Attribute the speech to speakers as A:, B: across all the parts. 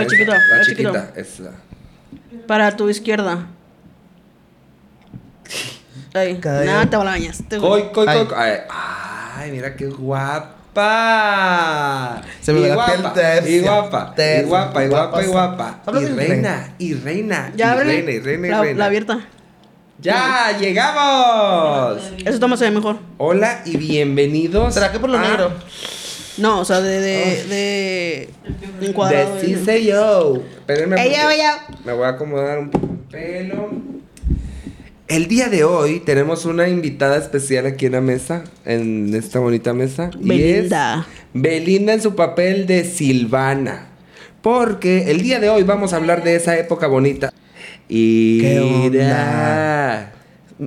A: chiquito,
B: La
A: la chiquito.
B: chiquita, es la.
A: Para tu izquierda. Ahí.
C: Cada
A: Nada,
C: día-
A: te la bañaste, güey.
B: Coy, coy,
C: Ay.
B: coy. coy. Ay, ay, mira qué guapa.
C: Se me
B: y
C: ve la
B: guapa,
C: piel tersa,
B: y guapa,
C: tersa,
B: y guapa, y guapa, y
C: guapaza.
B: guapa.
C: Habla
B: Y
C: bien,
B: reina, y reina,
A: Ya
B: y
A: ábrele.
B: reina, y reina, y
A: la,
B: reina.
A: la abierta.
B: Ya llegamos.
A: Eso toma se ve mejor.
B: Hola y bienvenidos.
C: ¿Será que por lo
B: a
C: negro?
A: No, o sea, de. de. de. encuadrado,
B: Sí,
A: güey.
B: sé yo. Espérenme
A: Ella,
B: porque
A: ella.
B: Me voy a acomodar un poco el pelo. El día de hoy tenemos una invitada especial aquí en la mesa, en esta bonita mesa.
A: Belinda.
B: Y es Belinda en su papel de Silvana. Porque el día de hoy vamos a hablar de esa época bonita. Y
C: ¿Qué onda?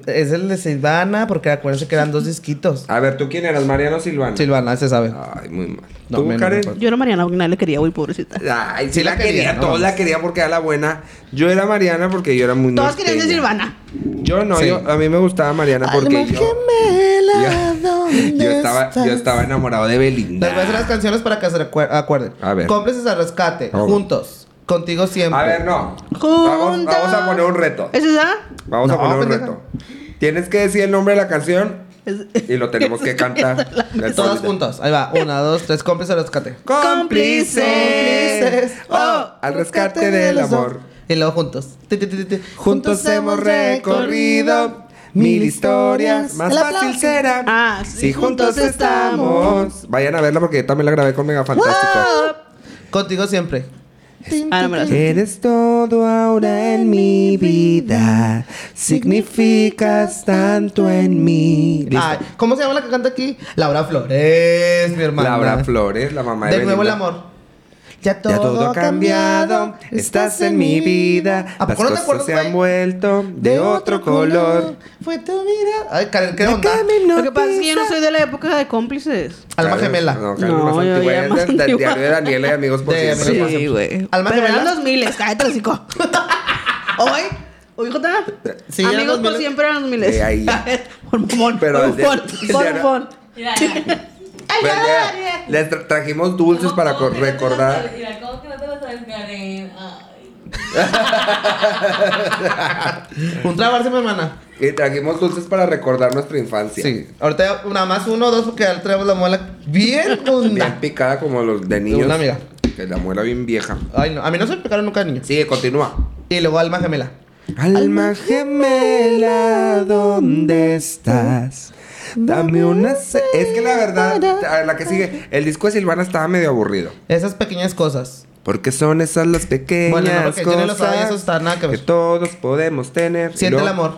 C: Es el de Silvana, porque acuérdense que eran dos disquitos.
B: A ver, ¿tú quién eras? ¿Mariano o Silvana?
C: Silvana, se sabe.
B: Ay, muy mal.
C: No,
B: ¿Tú,
C: menos,
B: Karen?
C: mejor.
A: Yo era Mariana, porque nadie le quería, güey, pobrecita.
B: Ay, sí,
C: Sí
B: la
C: la
B: quería,
C: quería, ¿no?
B: todos la querían porque era la buena. Yo era Mariana porque yo era muy
A: Todos querían ser
B: norteña.
A: Silvana.
B: Yo no,
C: Sí.
B: yo, a mí me gustaba Mariana porque yo, yo, yo estaba, yo estaba enamorado de Belinda.
C: Les voy a hacer las canciones para que se recuer- acuerden.
B: A ver.
C: Cómplices al rescate,
B: Vamos.
C: juntos, contigo siempre.
B: A ver, no. Vamos,
A: Juntos.
B: vamos a poner un reto.
A: ¿Es esa?
B: Vamos a
C: No,
B: poner un
C: pendeja.
B: reto. Tienes que decir el nombre de la canción
A: Es-
B: y lo tenemos que cantar.
C: Todos juntos. Ahí va. Una, dos, tres. Cómplices al rescate.
B: Cómplices. Oh, al rescate del amor.
C: Y luego juntos. Ti, ti, ti, ti, ti.
B: Juntos hemos recorrido mil historias. Más
C: El
B: fácil
C: aplauso.
B: será
A: Ah, sí,
B: si juntos
A: juntos estamos.
B: estamos. Vayan a verla porque yo también la grabé con Mega Fantástico.
C: Ah, Contigo siempre.
A: Ah, no me la sé.
B: Eres todo ahora en mi vida. Significas tanto en mí.
C: Ay, ¿Cómo se llama la que canta aquí? Laura Flores, mi hermana.
B: Laura Flores, la mamá de
C: De nuevo el
B: Belinda.
C: amor. Ya
B: Ya todo ha cambiado, estás en mi vida.
C: ¿A
B: Las
C: poco no te
B: cosas
C: acuerdas,
B: se han
C: güey?
B: vuelto de otro color.
C: Fue tu mirada. Ay, Karen, ¿qué
B: Ya
C: onda?
B: camino
A: Lo que pasa es que yo no
B: pisa.
A: soy de la época de cómplices.
C: Alma
B: Karen-
C: gemela.
B: No, Karen
A: No,
B: más
A: yo
B: antigua.
A: ya
B: Es
A: más
B: del- del
A: antigua.
B: diario de Daniela y amigos por
C: De
B: siempre.
C: Amigos
A: Sí, güey.
C: ¿Alma
A: Pero
C: gemela?
A: eran los miles, cállate los hocico. Hoy, hoy, Jota.
C: Sí, eran
A: amigos
C: los
A: por
C: miles.
A: siempre eran los miles.
B: Eh, ahí.
A: Por mamón.
B: Pero
A: Por
B: el de-
A: mamón.
B: el de
A: Por
B: ahora-
A: mamón. Ay,
B: Pues,
A: ya,
B: ya,
A: ya.
B: Les tra- trajimos dulces para co- recordar.
D: Mira, ¿cómo que no te lo sabes, Karen? Ay.
C: Un trabarse, mi hermana.
B: Y trajimos dulces para recordar nuestra infancia.
C: Sí. Ahorita nada más uno o dos porque ya traemos la muela bien
B: Bien
C: honda.
B: picada como los de niños.
C: una amiga.
B: Que la muela bien vieja.
C: Ay, no. A mí no se me picaron nunca de niño.
B: Sigue, continúa.
C: Y luego alma gemela.
B: Alma gemela, ¿dónde estás? Dame una... se- Es que la verdad, a la que sigue, el disco de Silvana estaba medio aburrido.
C: Esas pequeñas cosas.
B: Porque son esas las pequeñas
C: Bueno, no, porque yo no lo sabía,
B: cosas
C: eso está nada que
B: que
C: ver.
B: todos podemos tener. Y
C: Siente el
B: luego,
C: amor.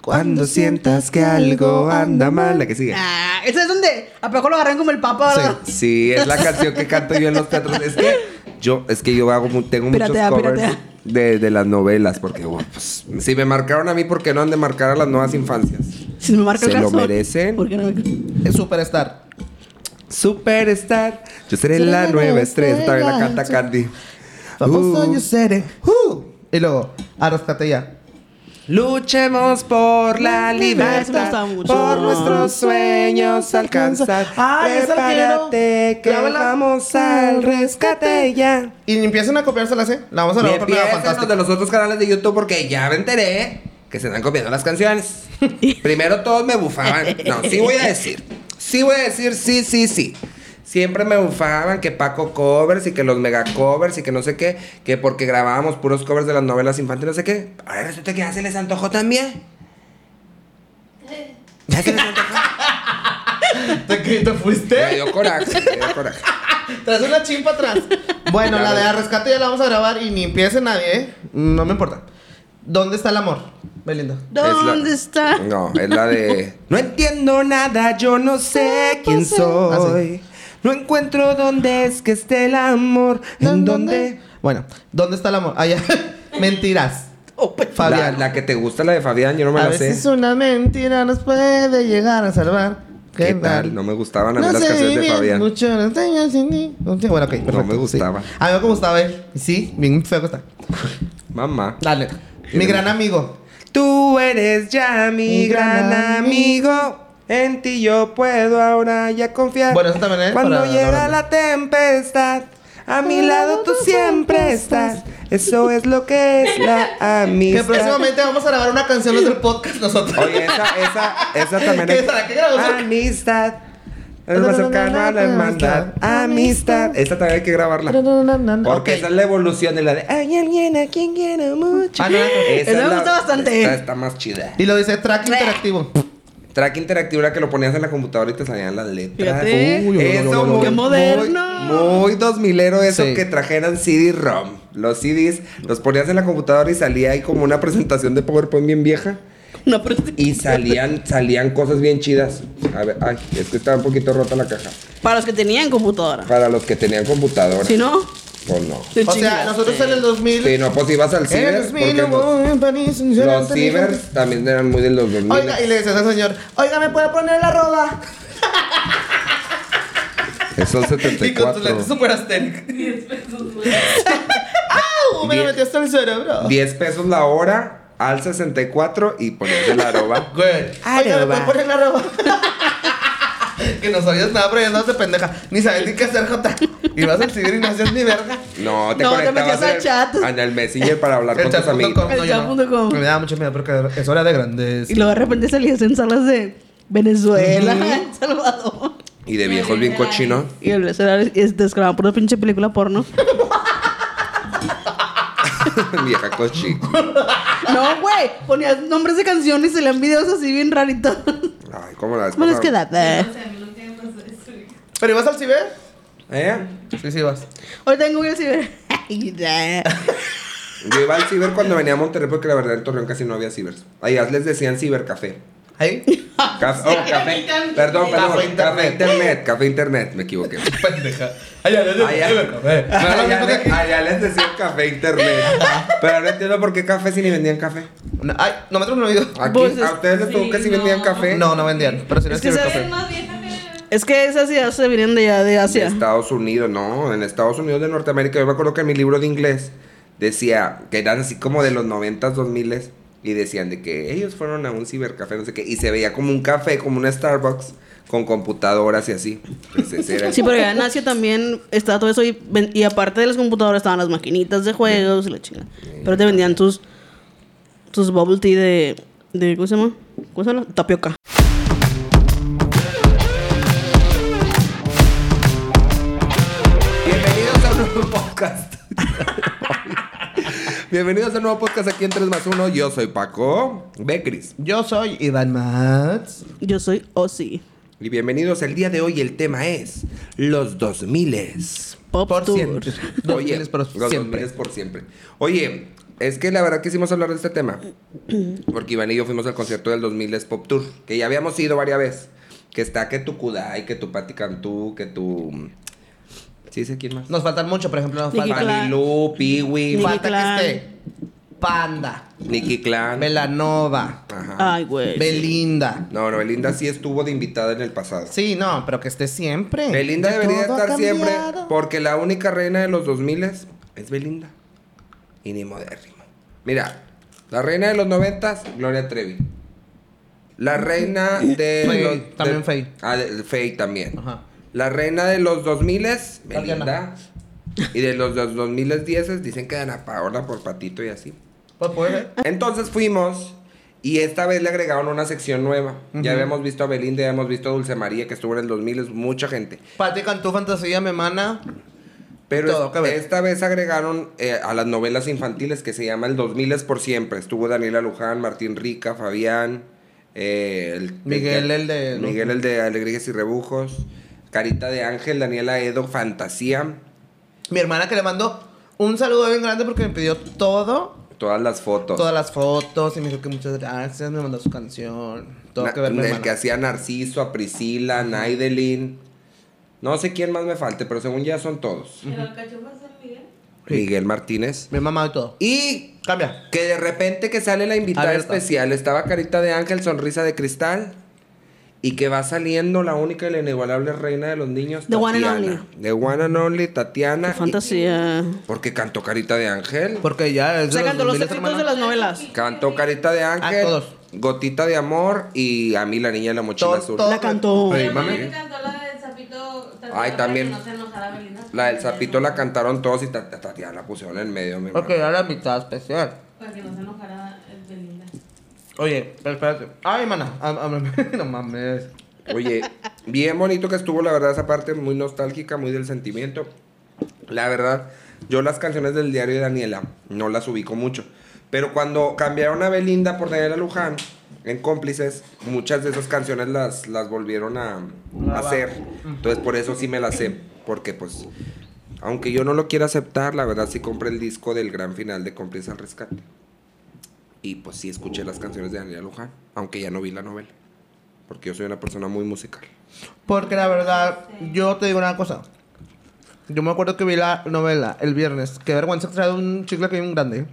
B: Cuando sientas que algo anda mal, la que sigue.
A: Ah, esa es donde a poco lo agarran como el papa, ¿verdad?
B: Sí, es la canción que canto yo en los teatros. Es que yo, es que yo hago, mu- tengo
A: Piratea,
B: muchos covers
A: piratea.
B: de, de las novelas, porque bueno, pues, si me marcaron a mí, ¿por qué no han de marcar a las nuevas infancias?
A: Si me marca el
B: ¿Se lo
A: calzón.
B: merecen?
A: ¿Por qué no me-
C: Es Superstar.
B: Superstar, yo seré la nueva estrella. También la canta Candy.
C: Famoso
B: Uh.
C: yo seré. Uh. Y luego, a rescate ya.
B: Luchemos por la
A: Ah, eso me gusta
B: libertad,
A: mucho.
B: por nuestros sueños alcanzar.
C: Ay, esa la quiero.
B: Prepárate que
C: Clávala.
B: vamos al rescate ya.
C: Y empiezan a copiárselas, ¿eh? La vamos a
B: Y
C: grabar por Mega
B: empiecen los
C: Fantástica.
B: de los otros canales de YouTube porque ya me enteré que se están copiando las canciones. Primero todos me bufaban. No, sí voy a decir. Sí voy a decir, sí, sí, sí. Siempre me bufaban que Paco covers y que los mega covers y que no sé qué, que porque grabábamos puros covers de las novelas infantiles, no sé qué. Ahora resulta que ya se les antojó también. Ya se les antojó.
C: ¿De qué te
B: Me
C: fuiste?
B: dio coraje, me dio coraje.
C: Tras una chimpa atrás. Bueno,
B: Ya
C: la de
B: ves.
C: a rescate ya la vamos a grabar y ni empiece nadie, ¿eh? No me importa. ¿Dónde está el amor? Belinda.
A: ¿Dónde
B: Es la-
A: está?
B: No, es la de. No entiendo nada, yo no sé Ah, quién soy. No encuentro dónde es que esté el amor. ¿En dónde?
C: Bueno, ¿dónde está el amor? Allá. Mentiras.
A: Oh, pues,
C: Fabián.
B: La, la que te gusta, la de Fabián, yo no me
C: a
B: la sé.
C: veces una mentira nos puede llegar a salvar. ¿Qué,
B: ¿Qué tal? No me gustaban a mí
C: No
B: las
C: sé
B: canciones de
C: vivir
B: Fabián.
C: Mucho, no tengo sin ti. No tengo- Bueno, ok, perfecto.
B: me gustaba.
C: sí. A mí me gustaba él. Sí, bien feo que está.
B: Mamá.
C: Dale. Mi
B: Mira.
C: gran amigo.
B: Tú eres ya mi
C: Mi gran
B: gran amigo. En ti yo puedo ahora ya confiar.
C: Bueno, eso también es
B: Cuando
C: para la
B: llega
C: banda.
B: la tempestad, A mi lado tú siempre estás. Eso es lo que es la
C: Que
B: amistad.
C: próximamente vamos a grabar una canción los del podcast nosotros.
B: Oye, esa, esa, esa también
C: ¿Qué
B: es.
C: será? ¿Qué grabamos?
B: Amistad. Es más cercano a la hermandad. Amistad. Esta también hay que grabarla. Porque
C: Ok.
B: esa es la evolución de la de Hay alguien a quien quiero mucho.
C: Ah, no, no.
B: Esa
A: Me
B: es la-
A: gusta bastante.
B: Esta está más chida.
C: Y lo dice track interactivo.
B: Track interactivo era que lo ponías en la computadora y te salían las letras.
A: Fíjate.
C: Uy, uy, uy, uy,
B: Eso
C: uy,
B: muy,
A: ¡Qué moderno!
B: Muy, muy 2000 eso
C: Sí.
B: que trajeran CD-ROM. Los CDs los ponías en la computadora y salía ahí como una presentación de PowerPoint bien vieja.
A: No, pero-
B: Y salían, salían cosas bien chidas. A ver, ay, es que está un poquito rota la caja.
A: Para los que tenían computadora.
B: Para los que tenían computadora.
A: Si no,
B: Pues no.
A: te
C: O sea,
A: chingaste.
C: nosotros en el 2000.
B: Sí, no, pues ibas al
C: en el
B: ciber.
C: 2000
B: porque
C: hubo
B: los,
C: un país
B: los
C: sinceramente
B: cibers también eran muy de los 2000.
C: Oiga, y le decías al señor, oiga, ¿me puede poner la roba?
B: Son 74.
C: super astéricas.
D: 10 pesos, güey.
C: ¡Au! Me lo
B: Die-
C: metí hasta el cerebro.
B: 10 pesos la hora al 64 y ponías el arroba.
C: Güey. Oiga, ¿me
A: Aroba.
C: puede poner la roba? que no sabías nada, pero ya andabas de pendeja. Ni sabías ni qué hacer, Jota. Ibas al civil y no hacías ni verga.
B: No, te
A: No, te
B: conectabas
A: metías al
B: en-
A: chat.
B: en el Messenger para hablar con tus amigos.
A: El
C: yo no.
A: chat.com.
C: Me daba mucho miedo porque es hora de grandes.
A: Y luego de repente salías en salas de Venezuela, El Salvador.
B: Y de viejos bien cochinos.
A: Y el Venezuela es descargaba pura pinche película porno.
B: Vieja cochi.
A: No, güey. Ponías nombres de canciones y salían videos así bien raritos.
B: Ay, ¿cómo la ves?
A: ¿Cómo les
B: por favor?
A: queda? Eh.
D: O sea, a mí lo que me pasó es que-
C: ¿Pero ibas al ciber?
B: ¿Eh?
C: Sí, sí, ibas.
A: Hoy tengo que ir al ciber. Ay, da.
B: Yo iba al ciber cuando venía a Monterrey porque la verdad en Torreón casi no había cibers. Allá les decían cibercafé.
C: Ahí.
B: Café, oh, café. Perdón, perdón.
C: Café
B: Café
C: internet.
B: internet. internet. Café internet. Me equivoqué.
C: Pendeja. Allá, allá,
B: Allá, allá le- allá les decían café internet. Pero no entiendo por qué café si ni vendían café.
C: No, ay, nosotros no ido.
B: Aquí,
A: Pues es-
B: a Ah, ustedes les tocó que si
D: sí,
B: vendían
D: no.
B: café.
C: No, no vendían. Pero sí les
A: Es que
C: sirve
A: saben-
D: Es
C: café.
D: más vieja que-
A: Es que esas ideas se vienen de allá, de
B: De
A: Asia.
B: Estados Unidos, no. En Estados Unidos de Norteamérica. Yo me acuerdo que en mi libro de inglés decía que eran así como de los 90s, 2000 y decían de que ellos fueron a un cibercafé, no sé qué. Y se veía como un café, como una Starbucks con computadoras y así. Pues ese era el-
A: Sí, pero allá en Asia también está todo eso. Y, ven- y aparte de las computadoras estaban las maquinitas de juegos y la chinga. Pero te vendían tus, tus bubble tea de, de. ¿Cómo se llama? ¿Cómo se llama? Tapioca.
B: Bienvenidos a un nuevo podcast. Bienvenidos a un nuevo podcast aquí en 3 más 1. Yo soy Paco Becris.
C: Yo soy Iván Mats.
A: Yo soy Ozzy.
B: Y bienvenidos. El día de hoy el tema es los 2000s.
A: Pop Tour.
C: siempre. Dos
B: Oye,
C: miles por
B: los 2000
C: siempre.
B: es por siempre. Oye, es que la verdad quisimos hablar de este tema. Porque Iván y yo fuimos al concierto del 2000 es Pop Tour, que ya habíamos ido varias veces. Que está que tu Kudai, que tu Patti Cantú, que tu... ¿Sí sé quién más?
C: Nos faltan mucho, por ejemplo, nos
A: Nicky
C: falta,
A: Clan.
B: Fanilú,
A: Nicky
B: Piwi,
C: falta
A: Clan.
C: que esté Panda,
B: Nicky Clan.
C: Melanova,
A: Ah,
B: Ajá.
A: Ay, güey.
C: Belinda.
B: No, no, Belinda sí estuvo de invitada en el pasado.
C: Sí, no, pero que esté siempre.
B: Belinda
C: Que
B: debería
C: todo ha
B: estar siempre
C: cambiado.
B: porque la única reina de los 2000 es Belinda. Y ni modérrima. Mira, la reina de los 90 Gloria Trevi. La reina de
C: Faye,
B: los de-
C: también Faye.
B: Ah, de- Faye también.
C: Ajá.
B: La reina de los 2000 es
C: Tatiana.
B: Belinda. Y de los dos 2010 dicen que Ana Paola por patito y así.
C: Pues puede ser.
B: Entonces fuimos y esta vez le agregaron una sección nueva. Ya habíamos visto a Belinda, ya habíamos visto a Dulce María, que estuvo en el 2000, es mucha gente.
C: Pati Cantú, Fantasía, Me Mana.
B: Pero
C: Todo,
B: es-
C: que ver.
B: esta vez agregaron eh, a las novelas infantiles que se llama El 2000 es por siempre. Estuvo Daniela Luján, Martín Rica, Fabián, eh, el-
C: Miguel, el de-
B: Miguel el de Alegrías y Rebujos, Carita de Ángel, Daniela Edo, Fantasía,
C: Mi hermana que le mandó un saludo bien grande porque me pidió todo.
B: todas las fotos.
C: Todas las fotos y me dijo que muchas gracias, me mandó su canción. Todo
B: Na-
C: que ver, mi
B: el
C: hermana.
B: que hacía a Narciso, a Priscila, a Naidelin. No sé quién más me falte, pero según ya son todos.
D: ¿Pero cachufas San Miguel?
C: Sí.
B: Miguel Martínez.
C: Mi mamá y todo.
B: Y
C: Cambia.
B: Que de repente que sale la
C: A
B: invitada
C: ver, está.
B: especial, estaba Carita de Ángel, Sonrisa de Cristal, y que va saliendo la única y la inigualable reina de los niños,
A: The one and
B: Tatiana. The one and only, Tatiana.
A: Fantasía.
B: Porque cantó Carita de Ángel,
C: Porque ya es
A: Se
C: de los
A: cantó los
C: 2000,
A: éxitos
C: hermana.
A: de las novelas.
B: cantó Carita de Ángel,
C: todos.
B: Gotita de Amor, y a mí la niña de la mochila
C: Todo-
B: azul.
C: todo-
A: La cantó.
B: Ay,
D: Pero
B: mami.
D: también cantó la del sapito.
B: Ay,
D: para
B: también.
D: que no se enojara cantar a Belinda.
B: La del sapito la cantaron todos y ta- ta- Tatiana la pusieron en medio, mi
C: Porque
B: hermano.
C: era la mitad especial.
D: Para Pues que no se enojara el Belinda.
C: Oye, pero espérate. Ay, mana. am- am- No mames.
B: Oye, bien bonito que estuvo, la verdad, esa parte muy nostálgica, muy del sentimiento. La verdad, yo las canciones del diario de Daniela no las ubico mucho. Pero cuando cambiaron a Belinda por Daniela Luján en cómplices, muchas de esas canciones las, las volvieron a, a hacer. Entonces, por eso sí me las sé. Porque, pues, aunque yo no lo quiera aceptar, la verdad sí compré el disco del gran final de Cómplices al Rescate. Y pues sí escuché las canciones de Daniela Luján, aunque ya no vi la novela. Porque yo soy una persona muy musical.
C: Porque la verdad, yo te digo una cosa. Yo me acuerdo que vi la novela el viernes. Qué vergüenza que trae un chicle que hay un grande.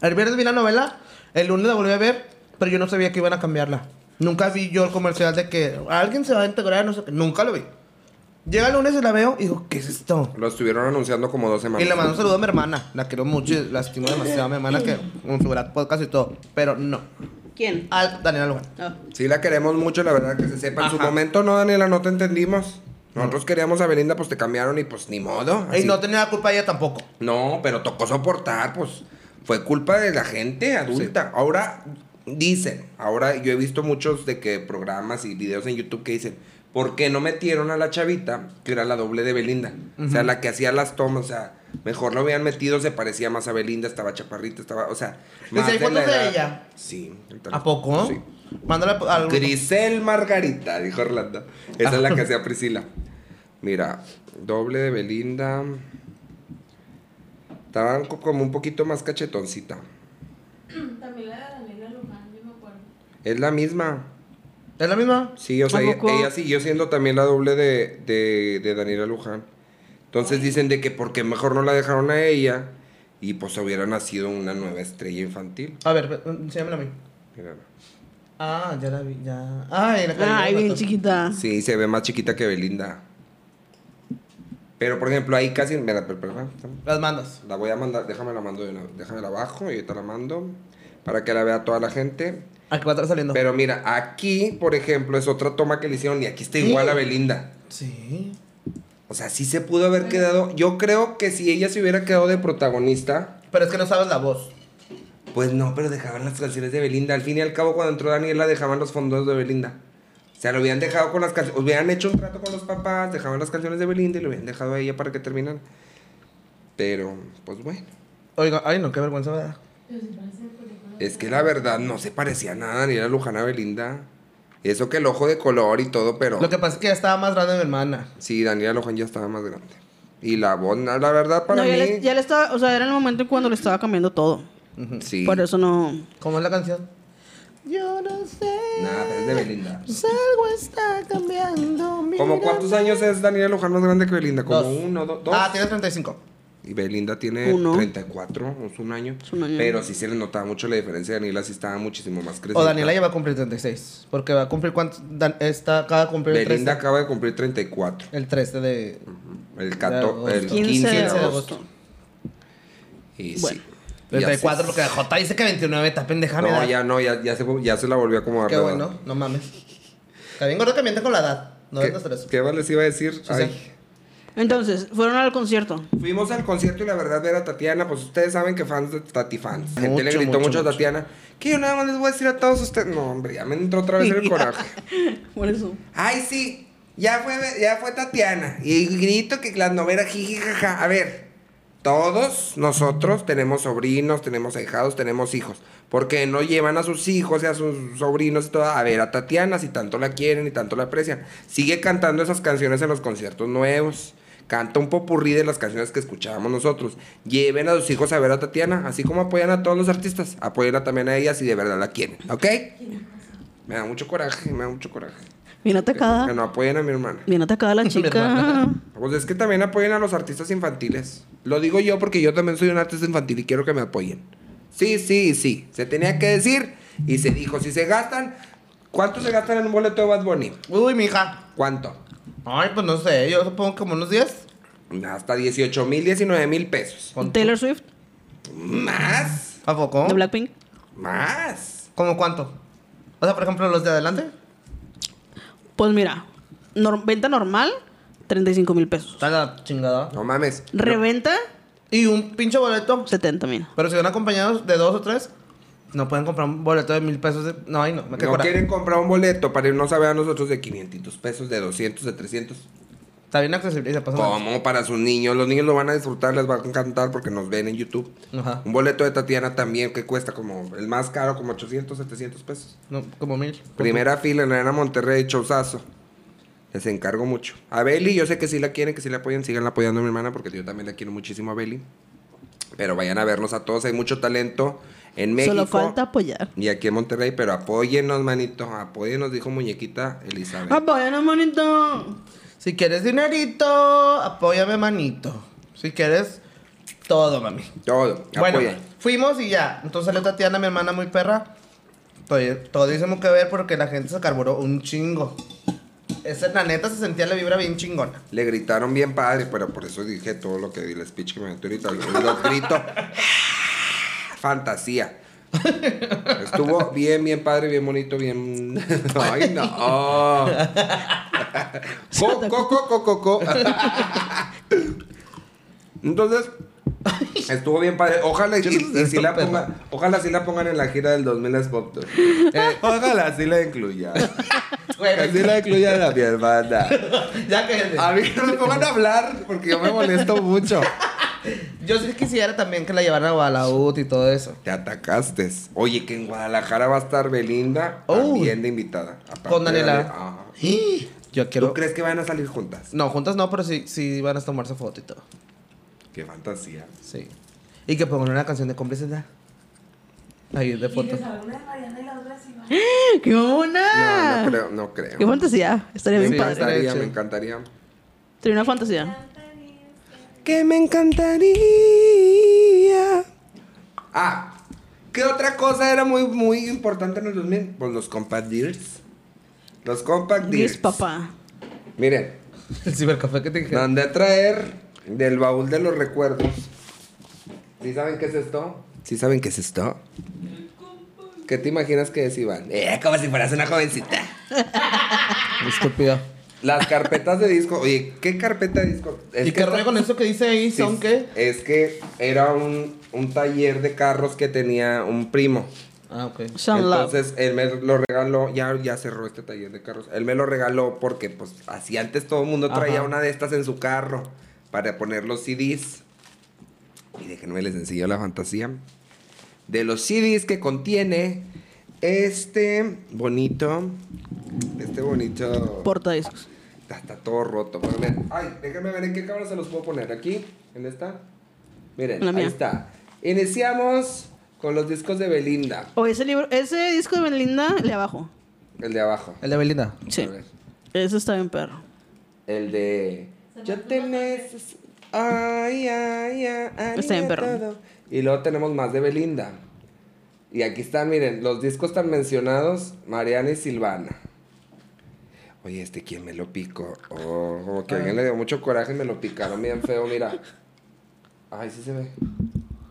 C: El viernes vi la novela, el lunes la volví a ver, pero yo no sabía que iban a cambiarla. Nunca vi yo el comercial de que alguien se va a integrar, no sé qué. Nunca lo vi. Llega el lunes y la veo y digo, ¿qué es esto?
B: Lo estuvieron anunciando como dos semanas.
C: Y le mando un saludo a mi hermana. La quiero mucho y la estimo demasiado a mi hermana que un figura podcast y todo. Pero no.
A: ¿Quién?
C: Al Daniela Luján.
A: Ah.
B: Sí, la queremos mucho, la verdad, que se sepa. En su
C: Ajá.
B: momento, no, Daniela, no te entendimos. Nosotros queríamos a Belinda, pues te cambiaron y pues ni modo.
C: Y
B: así.
C: no tenía la culpa ella tampoco.
B: No, pero tocó soportar, pues. Fue culpa de la gente adulta. Ahora dicen, ahora yo he visto muchos de que programas y videos en YouTube que dicen, ¿por qué no metieron a la chavita que era la doble de Belinda? O sea, la que hacía las tomas, o sea, mejor lo habían metido, se parecía más a Belinda, estaba chaparrita, estaba, o sea,
C: ¿Y si hay fotos de ella?
B: Sí. ahorita
C: ¿A
B: las-
C: poco?
B: Sí.
C: Mándale al...
B: Grisel Margarita, dijo Orlando. Esa es la que hacía Priscila. Mira, doble de Belinda. Estaban co- como un poquito más cachetoncita.
C: Mm.
D: También la de Daniela Luján, yo me acuerdo.
B: Es la misma.
C: ¿Es la misma?
B: Sí, o sea,
A: ¿A
B: ella,
A: poco?
B: ella siguió siendo también la doble de, de, de Daniela Luján. Entonces dicen de que porque mejor no la dejaron a ella y pues hubiera nacido una nueva estrella infantil.
C: A ver, enséñamela a mí.
B: Mira.
C: Ah, ya la vi, ya.
A: Ah,
C: Ay, la cariño,
A: Ay, bien
C: vato.
A: chiquita.
B: Sí, se ve más chiquita que Belinda. Pero por ejemplo, ahí casi. Mira, per- per- per-
C: Las mandas.
B: La voy a mandar, déjame la mando de una, déjame la bajo y ahorita la mando para que la vea toda la gente.
C: Aquí va a estar saliendo.
B: Pero mira, aquí, por ejemplo, es otra toma que le hicieron y aquí está igual a Belinda.
C: Sí.
B: O sea, sí se pudo haber quedado. Yo creo que si ella se hubiera quedado de protagonista,
C: Pero es que no sabes la voz.
B: pues no, pero dejaban las canciones de Belinda. Al fin y al cabo, cuando entró Daniela, dejaban los fondos de Belinda. O sea, lo hubieran dejado con las canciones, hubieran hecho un trato con los papás, dejaban las canciones de Belinda y lo hubieran dejado a ella para que terminaran. Pero, pues bueno.
C: Oiga, ay, no, qué vergüenza, ¿verdad?
D: Pero sí parece película.
B: Es que la verdad no se parecía nada a Daniela Luján a Belinda. Eso que el ojo de color y todo, pero.
C: Lo que pasa es que ya estaba más grande mi hermana.
B: Sí, Daniela Luján ya estaba más grande. Y la voz, na- la verdad, para
A: No,
B: mí.
A: ya, le, ya le estaba, o sea, era el momento cuando le estaba cambiando todo.
B: Sí.
A: Por eso no.
C: ¿Cómo es la canción? Yo no sé.
B: Nada, pero es de Belinda.
C: pues Algo está cambiando. mira.
B: ¿Como cuántos años es Daniela Luján más grande que Belinda? Como
C: Dos.
B: uno, do- dos.
C: Ah, tiene 35.
B: Y Belinda tiene
A: Uno.
B: 34, es un año.
A: Es un año.
B: Pero sí se le notaba mucho la diferencia. Daniela sí estaba muchísimo más crecida.
C: O Daniela ya va a cumplir 36. Porque va a cumplir cuánto. Dan- esta acaba de cumplir el
B: Belinda
C: 13.
B: acaba de cumplir 34.
C: El 13 de.
B: El, cato-
C: De
B: el
C: agosto.
A: 15, de agosto.
B: Y sí.
A: Bueno.
B: Y así-
C: 34, porque J dice que 29 está pendeja, me
B: No,
C: da.
B: ya no, ya, ya, se, ya se la volvió a acomodar.
C: Qué
B: la
C: bueno, no mames. Está bien gordo que miente con la edad. No
B: ¿Qué,
C: vendas eso.
B: qué más les iba a decir?
C: Sí,
B: Ay.
C: sí.
A: Entonces, fueron al concierto.
B: Fuimos al concierto y la verdad ver a Tatiana, pues ustedes saben que fans de Tati fans. La gente le
C: Mucho,
B: gritó mucho,
C: mucho,
B: a
C: mucho.
B: Tatiana. Que yo nada más les voy a decir a todos ustedes. No, hombre, ya me entró otra vez el coraje.
A: Por eso.
B: Ay, sí, ya fue, ya fue Tatiana. Y grito que las novelas, jiji, jaja. A ver, todos nosotros tenemos sobrinos, tenemos ahijados, tenemos hijos. Porque no llevan a sus hijos y a sus sobrinos y todo a ver a Tatiana si tanto la quieren y tanto la aprecian. Sigue cantando esas canciones en los conciertos nuevos. Canta un popurrí de las canciones que escuchábamos nosotros. Lleven a sus hijos a ver a Tatiana, así como apoyan a todos los artistas. Apóyenla también a ella si de verdad la quieren, ¿ok? Me da mucho coraje, me da mucho coraje.
A: Bien
C: Ah.
B: Que
A: atacada.
B: no apoyen a mi hermana.
A: Bien atacada la chica.
C: hermana.
B: Pues es que también apoyen a los artistas infantiles. Lo digo yo porque yo también soy un artista infantil y quiero que me apoyen. Sí, sí, sí. Se tenía que decir y se dijo. Si se gastan, ¿cuánto se gastan en un boleto de Bad Bunny?
C: Uy, mija.
B: ¿Cuánto?
C: Ay, pues no sé, yo supongo como unos 10.
B: Hasta 18 mil, 19 mil pesos.
C: ¿Cuánto?
A: Taylor Swift,
B: Más.
C: ¿A poco?
A: de Blackpink.
B: Más.
C: ¿Cómo cuánto? O sea, por ejemplo, los de adelante.
A: Pues mira, nor- venta normal, 35 mil pesos.
C: Está la chingada.
B: No mames.
A: Reventa,
C: Y un pinche boleto.
A: 70 mil.
C: Pero si van acompañados de dos o tres, no pueden comprar un boleto de mil pesos. De... No, ahí no. Me qué
B: No
C: coraje.
B: quieren comprar un boleto para irnos a ver a nosotros de 500 pesos, de 200, de 300.
C: Está bien accesible y se pasa nada.
B: Como para sus niños. Los niños lo van a disfrutar, les va a encantar porque nos ven en YouTube.
C: Ajá.
B: Un boleto de Tatiana también que cuesta como el más caro, como 800, 700 pesos.
C: No, como mil.
B: Primera fila en la Arena Monterrey, Chauzazo. Les encargo mucho. A Beli, yo sé que sí la quieren, que sí la apoyan, sigan apoyando a mi hermana porque yo también la quiero muchísimo a Beli. Pero vayan a vernos a todos, hay mucho talento en México.
A: Solo falta apoyar.
B: Y aquí en Monterrey, pero apóyennos, manito, apóyennos, dijo muñequita Elizabeth.
A: Apóyanos, manito.
C: Si quieres dinerito, apóyame, manito. Si quieres todo, mami.
B: Todo,
C: Bueno,
B: apoyen.
C: fuimos y ya. Entonces salió Tatiana, mi hermana muy perra. Todo- Todísimo que ver porque la gente se carburó un chingo. Esa, la neta, se sentía la vibra bien chingona.
B: Le gritaron bien padre, pero por eso dije todo lo que di el speech que me metí ahorita. Los gritos. Fantasía. Estuvo bien, bien padre, bien bonito, bien. Ay, no. Co, co, co, co, co, co. Entonces, estuvo bien padre. Ojalá y, y- y si la pongan, ojalá si la pongan en la gira del 2000 Spot Tour. Eh, ojalá si la incluyan. Así la incluyan a mi hermana.
C: Ya que
B: A mí no me pongan a hablar porque yo me molesto mucho.
C: yo sí quisiera también que la llevaran a Balaut y todo eso.
B: Te atacaste. Oye, que en Guadalajara va a estar Belinda
C: Oh.
B: también de invitada. Aparte
C: Con
B: de-
C: Daniela.
B: Ajá.
C: Yo
B: ¿Tú
C: quiero.
B: crees que van a salir juntas?
C: No, juntas no, pero sí, sí van a tomarse foto y todo.
B: Qué fantasía.
C: Sí. Y que pongan una canción de complicidad. Ahí de
D: Y que
C: foto.
D: salga una de Mariana y la otra sí va.
B: ¿Eh?
A: ¡Qué
B: No,
A: mamona!
B: no creo, no creo.
A: Ah. ¡Qué fantasía! Estaría
B: me
A: bien
C: Sí,
A: padre.
C: estaría
B: encantaría,
C: chido.
B: me encantaría.
A: Sería una fantasía.
B: Que me encantaría. Ah, ¿qué otra cosa era muy, muy importante en el 2000? Pues los compact deals. Los compact deals.
A: Gris, papá.
B: Miren,
C: El cibercafé que te dije.
B: Mandé a traer del baúl de los recuerdos. ¿Sí saben qué es esto? ¿Sí saben qué es esto? ¿Qué te imaginas que es Iván? Eh, como si fueras una jovencita.
C: Estúpida.
B: Las carpetas de disco. Oye, ¿qué carpeta de disco? Es
C: ¿Y qué rollo con eso que dice ahí?
B: Sí,
C: ¿Son qué?
B: Es que era un, un taller de carros que tenía un primo.
C: Ah, ok.
A: Sean Love.
B: Entonces él me lo regaló, ya, ya cerró este taller de carros. Él me lo regaló porque, pues, así antes todo el mundo traía
C: Ajá.
B: una de estas en su carro para poner los CDs. Y déjenme les enseño la fantasía. De los CDs que contiene este bonito. Este bonito.
A: Porta discos.
B: Está, está todo roto. Pero miren, ay, déjenme ver en qué cámara se los puedo poner. Aquí, en esta. Miren,
A: En la
B: ahí
A: mía.
B: está. Iniciamos con los discos de Belinda.
A: O ese libro, ese disco de Belinda, el de abajo.
B: El de abajo.
C: El de Belinda.
A: Sí.
B: A ver.
A: Ese está bien perro.
B: El de.
D: Se
B: Yo
D: me
B: te
D: antoja
B: neces- Ay, ay, ay, ay,
A: Está bien, perro.
B: todo". Y luego tenemos más de Belinda. Y aquí están, miren, los discos tan mencionados: Mariana y Silvana. Oye, este, ¿quién me lo picó? Oh, como que a
C: Ah.
B: alguien le dio mucho coraje y me lo picaron bien feo, mira. Ay, sí se ve.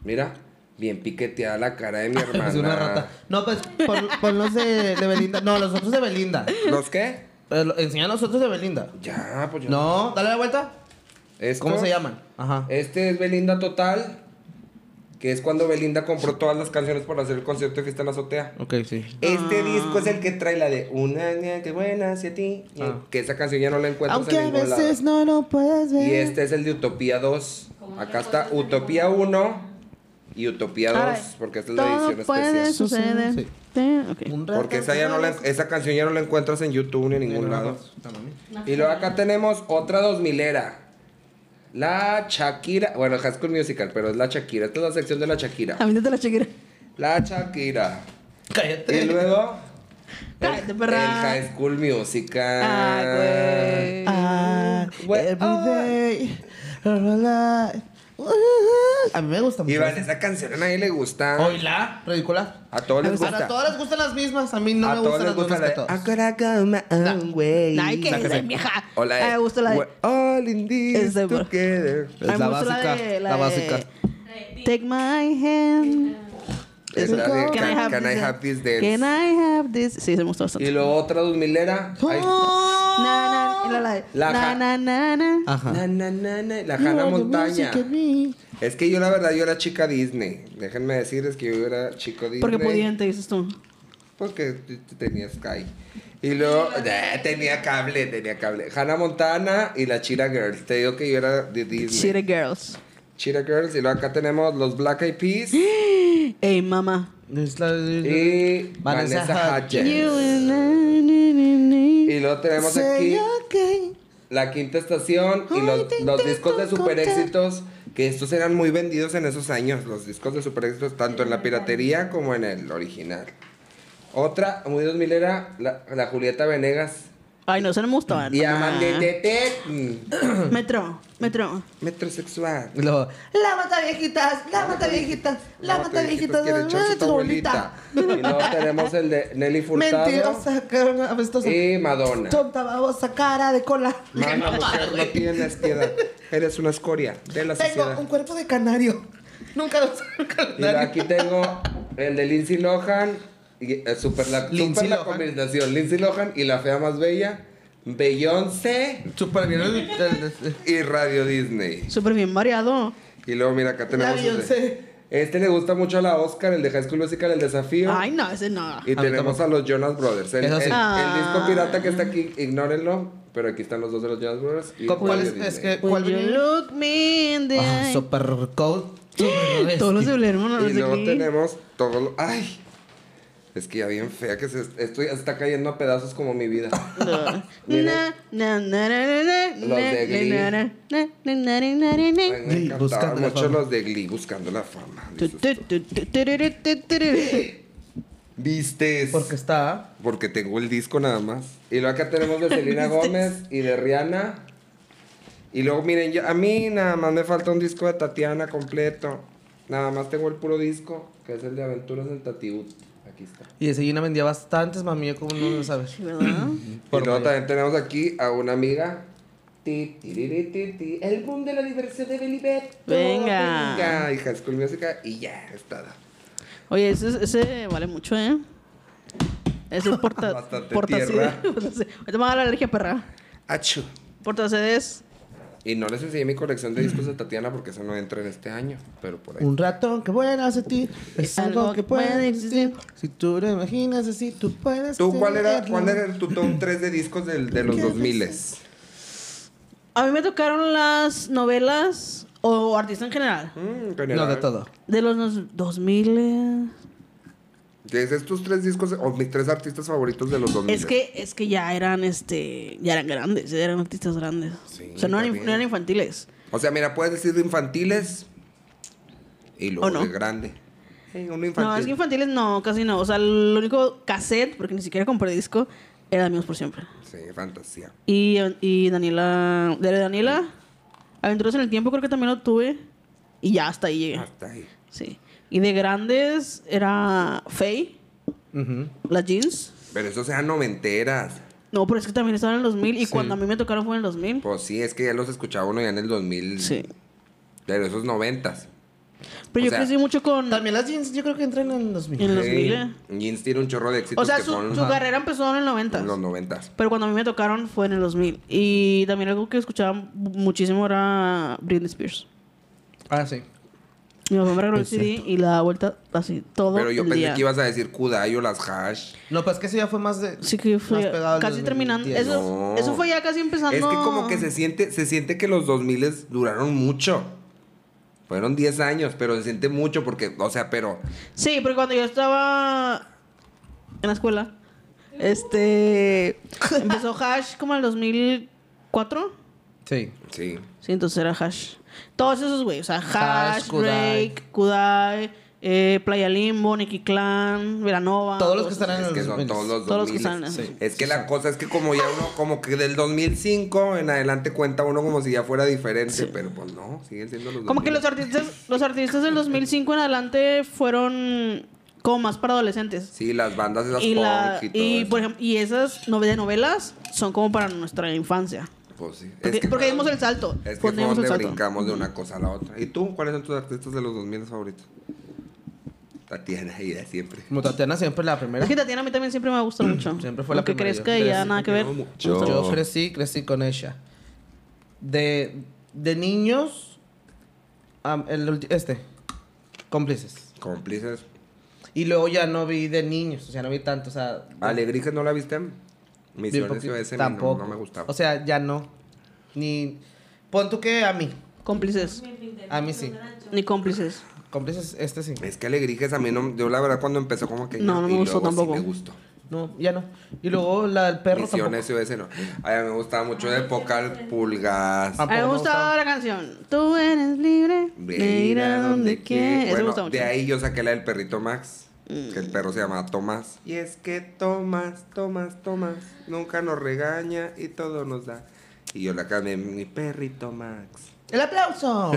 B: Mira, bien piqueteada la cara de mi hermana.
C: Es una rata. No, pues pon, pon los de, de Belinda. No, los otros de Belinda.
B: ¿Los qué?
C: Eh, lo- enseña los otros de Belinda.
B: Ya, pues yo.
C: No, dale la vuelta.
B: ¿Esto?
C: ¿Cómo se llaman? Ajá.
B: Este es Belinda Total, que es cuando Belinda compró todas las canciones para hacer el concierto de fiesta en la azotea.
C: Ok, sí.
B: Este disco es el que trae la de Una niña que buena hacia ti. y-
C: Ah.
B: Que esa canción ya Pues no la encuentras
C: Aunque
B: en
C: a
B: ningún lado.
C: veces no lo puedas ver.
B: Y este es el de Utopía 2.
D: Como
B: Acá
D: otra
B: está
D: cosa que
B: Utopía
D: no-
B: 1 y Utopía 2,
A: Ay,
B: porque esta es la
A: todo
B: edición
A: puede
B: especial.
A: suceder.
C: Sí.
A: Sí, ok.
C: Un rato
B: Porque esa, ya no la-
C: más.
B: esa canción ya no la encuentras en YouTube ni en ningún
C: No, no,
B: lado.
C: no, no, no.
B: Y luego acá tenemos otra dos milera. La Shakira. Bueno, High School Musical, pero es la Shakira. Esta es la sección de la Shakira.
A: A mí te la chequera.
B: La Shakira.
A: Eh.
B: Y
C: Cállate.
B: luego.
A: Cállate,
B: El
A: perra.
B: High School Musical.
A: Ay, güey.
C: Ah,
B: Güey,
C: every
B: ah.
C: day, all my life. A mí me gusta mucho.
B: Iván, esa canción a nadie le gusta.
C: Oila, ridícula.
B: A todos les gusta.
C: A todas les gustan las mismas. A mí no
B: A
C: me
B: todos
C: gustan
B: les
C: las
B: gusta
C: mismas
B: la
C: que
B: de
C: a todos.
B: I gotta go my own way.
A: Ay, que
C: La que
A: es
C: se-
A: vieja.
B: O la de,
A: Ay, me gusta la de.
B: We're all in this
A: Esa, bro.
B: together.
A: Ay, me gusta la de. La, de-
D: Ready.
A: Take my hand.
B: Es la de
A: Can I have
B: Can I
A: this-
B: Have This Dance.
A: Can I have this? Sí, se me gustó
B: Y
A: bastante.
B: luego otra dos milera. Ahí-
A: Na, na, Era la de.
B: La
A: na,
B: ja-
A: na, na, na.
C: Ajá.
B: Na, na, na, na, la
A: You
B: Hannah
A: are the
B: Montaña.
A: music of me.
B: Es que yo la verdad, yo era chica Disney. Déjenme decirles que yo era chico Disney.
A: Porque pudiente, dices tú.
B: Porque t- t- tenía Sky. Y luego eh, tenía cable, tenía cable. Hannah Montana y la Chira Girls. Te digo que yo era de
A: City
B: Disney.
A: Girls.
B: Chira Girls. Y luego acá tenemos los Black Eyed Peas
A: Ey, mamá.
C: Es la de-
B: y
C: Vanessa
B: Vanessa
C: Hudgens.
A: You and
B: Hudgens.
A: I, ni, ni, ni.
B: Y luego tenemos
A: Say
B: aquí
A: okay.
B: la quinta estación y los, los discos de super éxitos. Que estos eran muy vendidos en esos años. Los discos de super éxitos, tanto en la piratería como en el original. Otra muy 2000 era la, la Julieta Venegas.
A: Ay, no, se no me gustaba.
B: Y
A: no,
B: aman de
A: ma.
B: de- de-
A: Metro, metro.
B: Metrosexual.
C: Y luego,
A: Lávate viejitas, lávate viejitas, lávate viejitas,
B: quiere echar
A: lávate
B: su
A: tu bolita.
B: Y luego tenemos el de Nelly Furtado
C: Mentirosa, cabrona, apestosa.
B: y Madonna.
C: Tonta, babosa, cara de cola.
B: Eh. Mano, mujer, no tienes piedad. Eres una escoria de la
C: Tengo un
B: sociedad.
C: cuerpo de canario. Nunca lo saco
B: Y luego aquí tengo el de Lindsay Lohan. Y, eh, super la,
C: Lindsay
B: super la
C: Lohan.
B: combinación. Lindsay Lohan y la fea más bella. Beyoncé
C: Super bien. el- el- el- el-
B: y Radio Disney.
A: Súper bien variado.
B: Y luego mira, acá
C: La
B: tenemos. el de-
C: Beyoncé.
B: este le gusta mucho a la Oscar, el de High School Musical, el desafío.
A: Ay, no, ese no.
B: Y
C: A mí
B: tenemos
C: tampoco.
B: a los Jonas Brothers. El,
C: Eso sí.
B: el- el
A: Ah.
B: disco pirata que está aquí, ignórenlo. Pero aquí están los dos de los Jonas Brothers. y
C: ¿Cuál
B: Radio
C: es?
B: Disney.
C: Es que-
A: When
C: ¿Cuál
A: you
C: vinilo?
A: look me in the
C: Ah,
A: eye.
C: super cold. super
A: Todos los
C: bestia.
A: emblemas
B: Y luego
A: Ah, aquí.
B: tenemos todo lo- ¡Ay! Es que ya bien fea que se... Esto ya está cayendo a pedazos como mi vida.
A: No.
B: Mira.
A: Na, na, na, na, na,
B: Los de Glee.
A: na, na, na, na, na, na, na, na, na.
B: Ay, Me
C: Glee,
B: encantaban
C: buscando la
B: mucho
C: fama.
B: los de Glee, buscando la fama.
A: Tu, tu, tu, tu, tururu, tu, tururu.
B: ¿Viste?
C: Porque está.
B: Porque tengo el disco nada más. Y luego acá tenemos de Selena Gómez y de Rihanna. Y luego miren, yo- a mí nada más me falta un disco de Tatiana completo. Nada más tengo el puro disco, que es el de Aventuras en Tatiú. Aquí está.
C: Y de Gina vendía bastantes, mami. yo como no lo sabes.
A: Sí, ¿verdad?
B: y luego también tenemos aquí a una amiga. Ti, ti, ri, ri, ti, ti. El boom de la diversión de Beliberto.
A: Venga.
B: Venga, hija, School Música. Y ya, está.
A: Oye, ese, ese vale mucho, ¿eh? Ese porta,
B: Bastante
A: porta
B: tierra.
A: Ahorita me va a dar la alergia perra.
B: Achu.
A: Portacedes.
B: Y no les enseñé mi colección de discos de Tatiana porque eso no entra en este año. Pero por ahí.
C: Un ratón que vuela hacia ti es algo que puede existir. Si tú lo imaginas así, tú puedes.
B: ¿Tú cuál era,
C: tenerlo.
B: cuál era tu top 3 de discos del- de los 2000?
A: A mí me tocaron las novelas o artistas en general.
B: Mm,
C: No, de todo.
A: De los nos- 2000. eh.
B: ¿Es tus tres discos o mis tres artistas favoritos de los 2000?
A: Es que, es que ya eran este ya eran grandes, ya eran artistas grandes.
B: Sí,
A: o sea, no eran,
B: también.
A: no eran infantiles.
B: O sea, mira, puedes decir de infantiles y luego
A: ¿O no?
B: de grande. Sí, uno infantil.
A: No, es que infantiles no, casi no. O sea, el único cassette, porque ni siquiera compré disco, era Amigos por Siempre.
B: Sí, fantasía.
A: Y, y Daniela. De Daniela, Aventuras en el Tiempo, creo que también lo tuve. Y ya hasta ahí llegué.
B: Hasta Ah, ahí.
A: Sí. Y de grandes era Faye,
C: Ujú.
A: las jeans.
B: Pero eso sean noventeras.
A: No, pero es que también estaban en el 2000. Y cuando a mí me tocaron fue en el 2000.
B: Pues sí, es que ya los escuchaba uno ya en el 2000.
A: Sí.
B: Pero esos noventas.
A: Pero
B: O
A: yo
B: sea,
A: crecí mucho con.
C: También las jeans, yo creo que entran en los
A: En
C: 2000.
A: los
B: Sí.
A: 2000. eh.
B: Jeans tiene un chorro de éxitos
A: O sea,
B: que
A: su,
B: son
A: su carrera empezó en el 90.
B: en los noventas.
A: Pero cuando a mí me tocaron fue en el 2000. Y también algo que escuchaba muchísimo era Britney Spears.
C: Ah, sí.
A: Mi papá me regaló el CD y la vuelta así todo
B: Pero yo
A: el
B: pensé
A: día.
B: que ibas a decir Kudayo, las Hash.
C: No, pues que eso ya fue más de.
A: Sí que
C: más
A: fue
C: pegado al
A: casi
C: 2010.
A: terminando. Eso,
B: No.
A: eso fue ya casi empezando.
B: Es que como que se siente, se siente que los 2000 duraron mucho. Fueron 10 años, pero se siente mucho porque, o sea, pero
A: Sí, porque cuando yo estaba en la escuela, este empezó Hash como en el 2004.
C: Sí.
B: sí.
A: Sí, entonces era Hash. Todos esos güeyes, o sea, Hash,
C: Hash, Kudai.
A: Break, Kudai, eh, Playa Limbo, Nicky Clan, Veranova.
C: Todos los que están en
B: Es
C: los
B: que son
C: 2000.
B: todos los 2000.
A: Todos los Ah, pues que están en-
C: Sí.
B: Es que la cosa es que como ya uno, como que del 2005 en adelante cuenta uno como si ya fuera diferente, pero pues no, siguen siendo los
A: Como que
B: 2000.
A: los artistas, los artistas del 2005 en adelante fueron como más para adolescentes.
B: Sí, las bandas esas
A: Y,
B: punk
A: la,
B: y todo
A: y,
B: eso.
A: por ejemplo, y esas nove- de novelas son como para nuestra infancia.
B: Pues sí. Es
A: Porque,
B: que-
A: porque dimos el salto.
B: Es que
A: Porque
B: fue
A: dimos el
B: donde
A: salto.
B: brincamos de una cosa a la otra. ¿Y tú? ¿Cuáles son tus artistas de los 2000 favoritos? Tatiana irá siempre.
C: Como Tatiana siempre la primera.
A: Es que Tatiana a mí también siempre me ha gustado mucho.
C: Mm, Siempre fue la
A: Aunque
C: primera,
A: crezca
C: yo
A: y ya
C: crecí,
A: nada que
B: me
A: ver.
B: quedó
A: me
B: mucho.
A: gusta.
C: Yo crecí, crecí con ella. De, de niños, am, el ulti- este, cómplices.
B: Cómplices.
C: Y luego ya no vi de niños, o sea, no vi tanto, o sea... de-
B: Alegría no la viste.
C: vi
B: Misiones
C: poquito,
B: OS
C: tampoco.
B: no, no me gustaba.
C: O sea, ya no. Ni... Pon tú que a mí,
A: Cómplices.
C: a mí sí.
A: Ni cómplices.
C: Cómplices, este sí.
B: es que Alegrijes a mí no. Yo la verdad cuando empezó como que.
A: No, no me
B: y
A: gustó
B: luego sí
A: tampoco.
B: me gustó.
C: No, ya no. Y luego la del perro
B: Misión SOS no. A mí me gustaba mucho de Pocal Pulgas.
A: A
C: Ah,
A: mí me
C: Tampoco me
A: gustaba
C: gustaba.
A: la canción. Tú eres libre
B: De
A: de ir a donde quieras. Eso me
B: Bueno,
A: gusta mucho. Mm.
B: de ahí yo saqué la del perrito Max. Que el perro se llamaba Tomás. Y es que Tomás, Tomás, Tomás. Nunca nos regaña y todo nos da. Y yo la cambié, mi perrito Max.
C: tampoco. ¡El aplauso!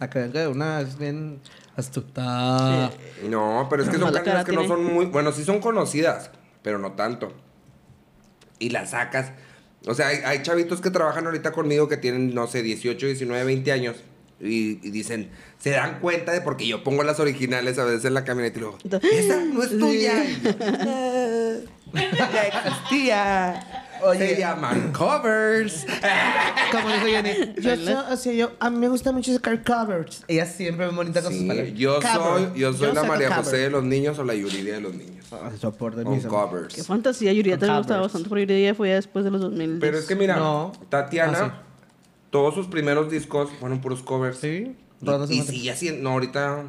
C: Acá que una es bien astuta.
B: No, pero es que
A: Mala
B: son canciones
A: cara
B: que no
A: tiene.
B: son muy. Bueno, sí son conocidas, pero no tanto. Y las sacas. O sea, hay, hay chavitos que trabajan ahorita conmigo que tienen, no sé, 18, 19, 20 años. Y, y dicen, se dan cuenta de porque yo pongo las originales a veces en la camioneta y luego, esa no es tuya. Y yo, "Ah, ya existía.
C: Oye.
B: Se llaman covers.
C: Como dijo Jenny, yo, so- o sea, yo, a mí me gusta mucho sacar covers. Ella siempre es bonita con
B: Sí,
C: sus palabras.
B: yo soy,
C: Cover.
B: yo soy la
C: saco
B: María
C: cover.
B: José de los niños o la Yuridia de los niños.
C: Ah, soporte
B: Con
C: mis amores.
B: covers.
A: Qué fantasía. Yuridia también me gustaba
C: Covers.
A: bastante. Pero Yuridia fue ya después de los 2000.
B: Pero es que mira,
C: No.
B: Tatiana,
C: Ah,
B: todos sus primeros discos fueron puros covers.
C: Sí. Rodas
B: Y, y
C: en-
B: sigue haciendo. No, ahorita.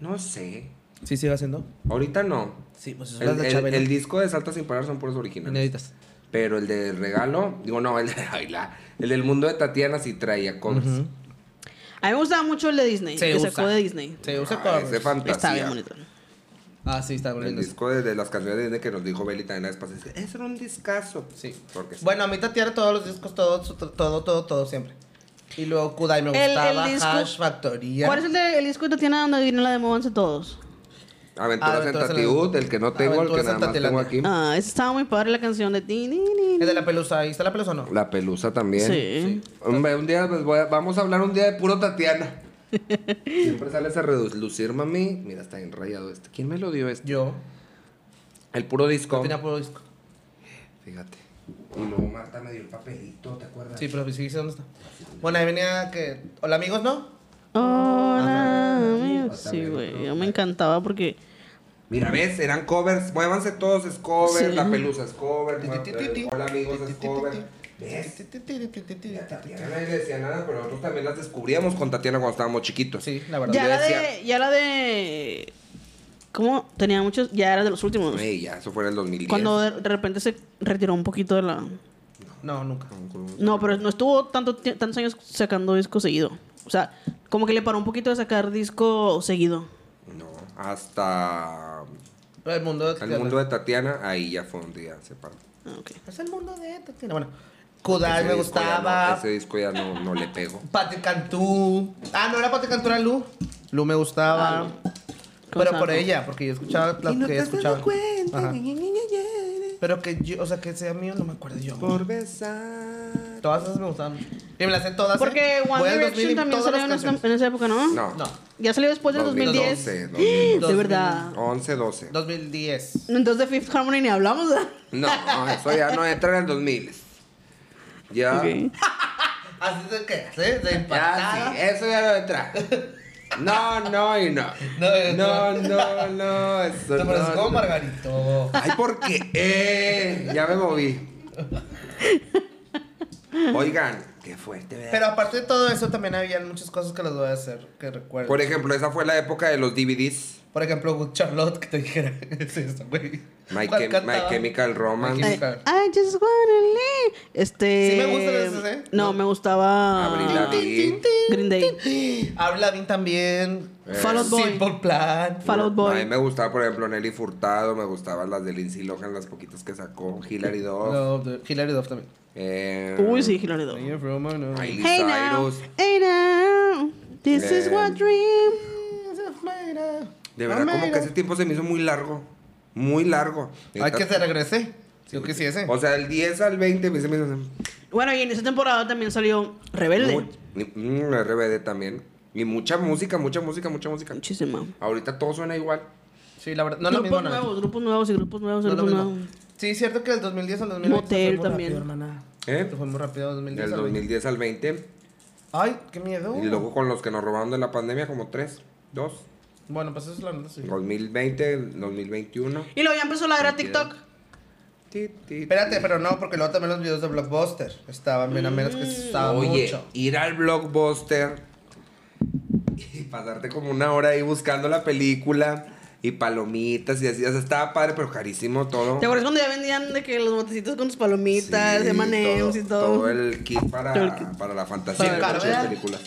B: No sé.
C: Sí, sigue haciendo.
B: Ahorita no.
C: Sí, pues eso
B: El,
C: es de
B: el-
C: Chabelo.
B: el disco de Salta sin parar son puros originales.
C: Inéditas.
B: Pero el del regalo, digo, no, el, de- ay, la- el del mundo de Tatiana sí traía covers.
C: Ujú.
A: A mí me gustaba mucho el de Disney.
C: Se
A: que
C: usa.
A: sacó de Disney.
C: Se usa
B: Ah,
C: covers.
B: ese fantasía.
A: Está bien bonito.
C: Ah, sí, está
B: El
C: bonito.
B: disco de, de las canciones de Disney que nos dijo Belly también la vez pasada, es que Eso era un discazo.
C: Sí.
B: Porque
C: Bueno, a mí Tatiana todos los discos, todo, su- todo, todo, todo, siempre. Y luego Kudai me
A: El- el
C: gustaba,
A: disco-
C: Hash Factoría.
A: ¿Cuál es el, de, el disco de Tatiana donde vino la de Móvanse Todos?
B: Aventuras,
C: Aventuras
B: en
C: en
B: Tatiud,
C: la-
B: el que no tengo, el que
C: Aventuras
B: nada
C: en
B: más tengo aquí.
C: Tatilandia.
A: Ah, esa estaba muy padre la canción de ti. ni, ni, ni.
C: ¿Es de la pelusa? ¿Ahí está la pelusa o no?
B: La pelusa también.
A: Sí.
B: Hombre, un día pues, voy a- vamos a hablar un día de puro Tatiana. Siempre sales a relucir, mami. Mira, está bien rayado este. ¿Quién me lo dio este?
C: Yo.
B: El puro disco.
C: Tenía puro disco.
B: Fíjate. Y luego Marta me dio el papelito, ¿te acuerdas?
C: Sí, pero sí, sí, ¿dónde está? Bueno, ahí venía que... Hola, amigos, ¿no?
A: Hola, amigos.
B: Está
A: Sí,
B: bien.
A: güey. Yo me encantaba porque.
B: Mira, ¿ves? Eran covers. Muévanse todos, es cover.
A: Sí.
B: La pelusa es cover.
C: Ti, ti, ti, ti.
B: Hola, amigos,
C: Ti,
B: es
C: ti, ti,
B: cover.
C: ti.
B: ¿Ves?
C: Ti, ti, ti, ti, ti, ti,
B: Y a
C: ti.
B: Tatiana nadie le decía nada, pero nosotros también las descubríamos con Tatiana cuando estábamos chiquitos.
C: Sí, la verdad.
A: Ya
B: yo
A: la de.
B: decía-
A: Ya la de. ¿Cómo? Tenía muchos. Ya era de los últimos.
B: Ey, ya, eso fue en el 2010.
A: Cuando de de repente se retiró un poquito de la.
C: No, nunca.
A: No, pero no estuvo tanto, tie- tantos años sacando disco seguido. O sea, como que le paró un poquito de sacar disco seguido.
B: No, hasta
C: El mundo de
B: el
C: Tatiana.
B: mundo de Tatiana, ahí ya fue un día separado.
A: Ah, ok.
C: Es el mundo de Tatiana. Bueno, Kudai
B: Ese
C: me
B: disco ya
C: gustaba.
B: no- ese disco ya no, no le pego.
C: Pati Cantú. Ah, no era Pati Cantú, era Lu. Lu me
A: Ah,
C: gustaba. Ah, Pero por
A: Cosas, ¿no?
C: ella, porque yo escuchaba las que escuchaba. Ajá. Pero que yo, o sea, que sea mío, no me acuerdo yo.
B: Por besar.
C: Todas esas me gustaban. mucho. Y me las sé todas.
A: Porque
C: ¿eh?
A: One
C: Voy al 2000 y
A: Direction también
C: todas
A: salió en
C: las
A: esa,
C: canciones.
A: en esa época, ¿no?
B: No.
C: No,
A: Ya salió después del 2010.
B: 2012,
A: De
C: 2000.
A: verdad.
B: 11, 12.
C: 2010.
A: Entonces de Fifth Harmony ni hablamos. ¿verdad?
B: No, eso ya no entra en el 2000.
C: Ah,
B: Ya.
A: Ok.
C: Así de que, ¿eh? De
B: Ya, sí,
C: impactada.
B: eso ya no entra. No, no y no.
C: No,
B: no,
C: no.
B: no, no, eso
C: Te pareces
B: no.
C: como
B: no.
C: Margarito.
B: Ay, porque eh, ya me moví. Oigan, qué fuerte, ¿verdad?
C: Pero aparte de todo eso, también habían muchas cosas que les voy a hacer que recuerdo.
B: Por ejemplo, esa fue la época de los DVDs.
C: Por ejemplo, Good Charlotte, que te dijera. Es eso, güey.
B: My,
C: ¿Cuál
B: Chem-
C: cantaba?
B: My Chemical Romance.
C: My
A: Eh,
C: Chemical- Musical.
A: I just wanna live. Este.
C: Sí me gustan esas, ¿eh?
A: No, me gustaba.
B: Avril Lavigne.
A: Green Day.
C: Habla bien Ah, también.
B: Eh,
A: Fall Out Boy.
C: Simple Plan.
A: Fall Out Boy.
B: A mí me gustaba, por ejemplo, Nelly Furtado. Me gustaban las de Lindsay Lohan, las poquitas que sacó. Hilary Duff.
C: No, de- Hilary Duff también.
B: eh,
A: Uy, sí, Hilary Duff.
C: Ay, Roma, no.
B: Miley
A: Hey now,
B: Cyrus.
A: hey now, this is
B: Eh,
A: what dream.
B: De verdad, como que ese tiempo se me hizo muy largo. Muy largo.
C: Hay que se regrese. Yo quisiese.
B: O sea, el 10 al 20 me se me hizo.
A: Bueno, y en esa temporada también salió Rebelde.
B: Muy- mm, RBD también. Y mucha música, mucha música, mucha música.
A: Muchísima.
B: Ahorita todo suena igual.
C: Sí, la verdad. No es lo mismo,
A: grupos
C: la neta.
A: nuevos, grupos nuevos y grupos nuevos y
C: No es lo
A: grupos
C: mismo.
A: nuevos.
C: Sí, es cierto que del 2010 al 2020
A: Motel
C: se fue muy
A: también.
C: rápido, hermana.
B: ¿Eh?
C: Se fue muy rápido, 2010
B: Del
C: al 2020.
B: 2010 al 20.
C: Ay, qué miedo.
A: Oh.
B: Y luego con los que nos robaron de la pandemia, como tres, dos.
C: Bueno, pues eso es la neta, sí.
B: 2020, 2021.
A: Y luego ya empezó la era
B: Entiendo.
A: TikTok.
B: Ti, ti,
C: Espérate,
B: ti.
C: pero no, porque luego también los videos de Blockbuster estaban bien a menos
A: Mm.
C: que se usaban
B: Oye,
C: mucho.
B: ir al blockbuster y pasarte como una hora ahí buscando la película y palomitas y así. O sea, estaba padre, pero carísimo todo.
A: ¿Te acuerdas cuando ya vendían de que los botecitos con tus palomitas,
B: Sí,
A: M&M's y todo?
B: Todo el kit para,
A: Todo el kit.
B: para la fantasía
C: Para
B: de
C: la
B: muchas
C: carrera.
B: películas.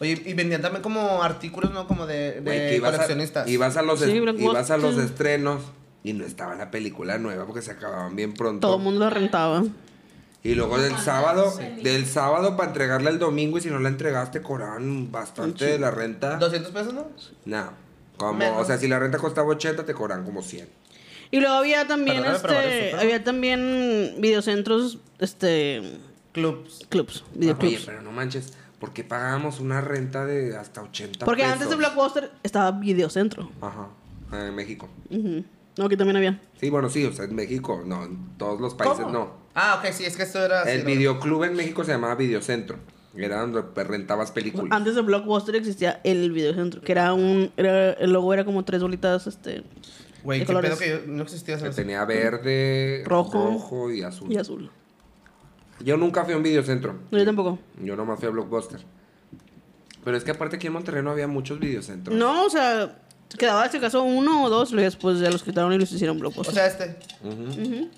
C: Oye, y vendían también como artículos, ¿no? Como de,
B: Güey,
C: de
B: que ibas a-
C: coleccionistas.
B: ibas a los,
A: Sí,
B: es-
A: Blockbuster.
B: ibas a los estrenos y no estaba la película nueva porque se acababan bien pronto.
A: Todo el mundo lo rentaba.
B: Y luego del
D: Ah,
B: sábado,
D: sí.
B: del sábado para entregarla el domingo y si no la entregaste cobraban bastante de la renta.
C: 200 pesos, ¿no?
B: No. Como,
C: Menos.
B: o sea, si la renta costaba 80, te cobran como 100.
A: Y luego había también,
C: Perdóname, pero vale
A: este,
C: eso, pero-
A: había también videocentros, este,
C: Clubs.
A: clubs,
B: Oye,
A: videoclubs.
B: pero no manches, porque pagábamos una renta de hasta 80
A: Porque
B: pesos?
A: antes de Blockbuster estaba videocentro.
B: Ajá, ah, en México.
A: Ujú. No, aquí también había.
B: Sí, bueno, sí, o sea, en México, no, en todos los países
C: ¿Cómo?
B: no.
C: Ah, ok, sí, es que esto era...
B: El
C: sí,
B: videoclub en México se llamaba Videocentro. Era donde pues, rentabas películas.
A: Antes de Blockbuster existía el videocentro, que era un, era- el logo era como tres bolitas, este,
C: no. Güey,
A: de
C: qué
A: colores.
C: pedo que yo no existía
B: Que
C: eso.
B: tenía verde, rojo,
A: Rojo.
B: y, azul.
A: y azul.
B: Yo nunca fui a un videocentro.
A: No, yo tampoco.
B: Yo nomás fui a Blockbuster. Pero es que aparte aquí en Monterrey no había muchos videocentros.
A: No, o sea, quedaba en este caso uno o dos, y después ya los quitaron y los hicieron
C: O
A: Blockbuster.
C: sea, este. Ah,
B: Ujú.
A: Mm.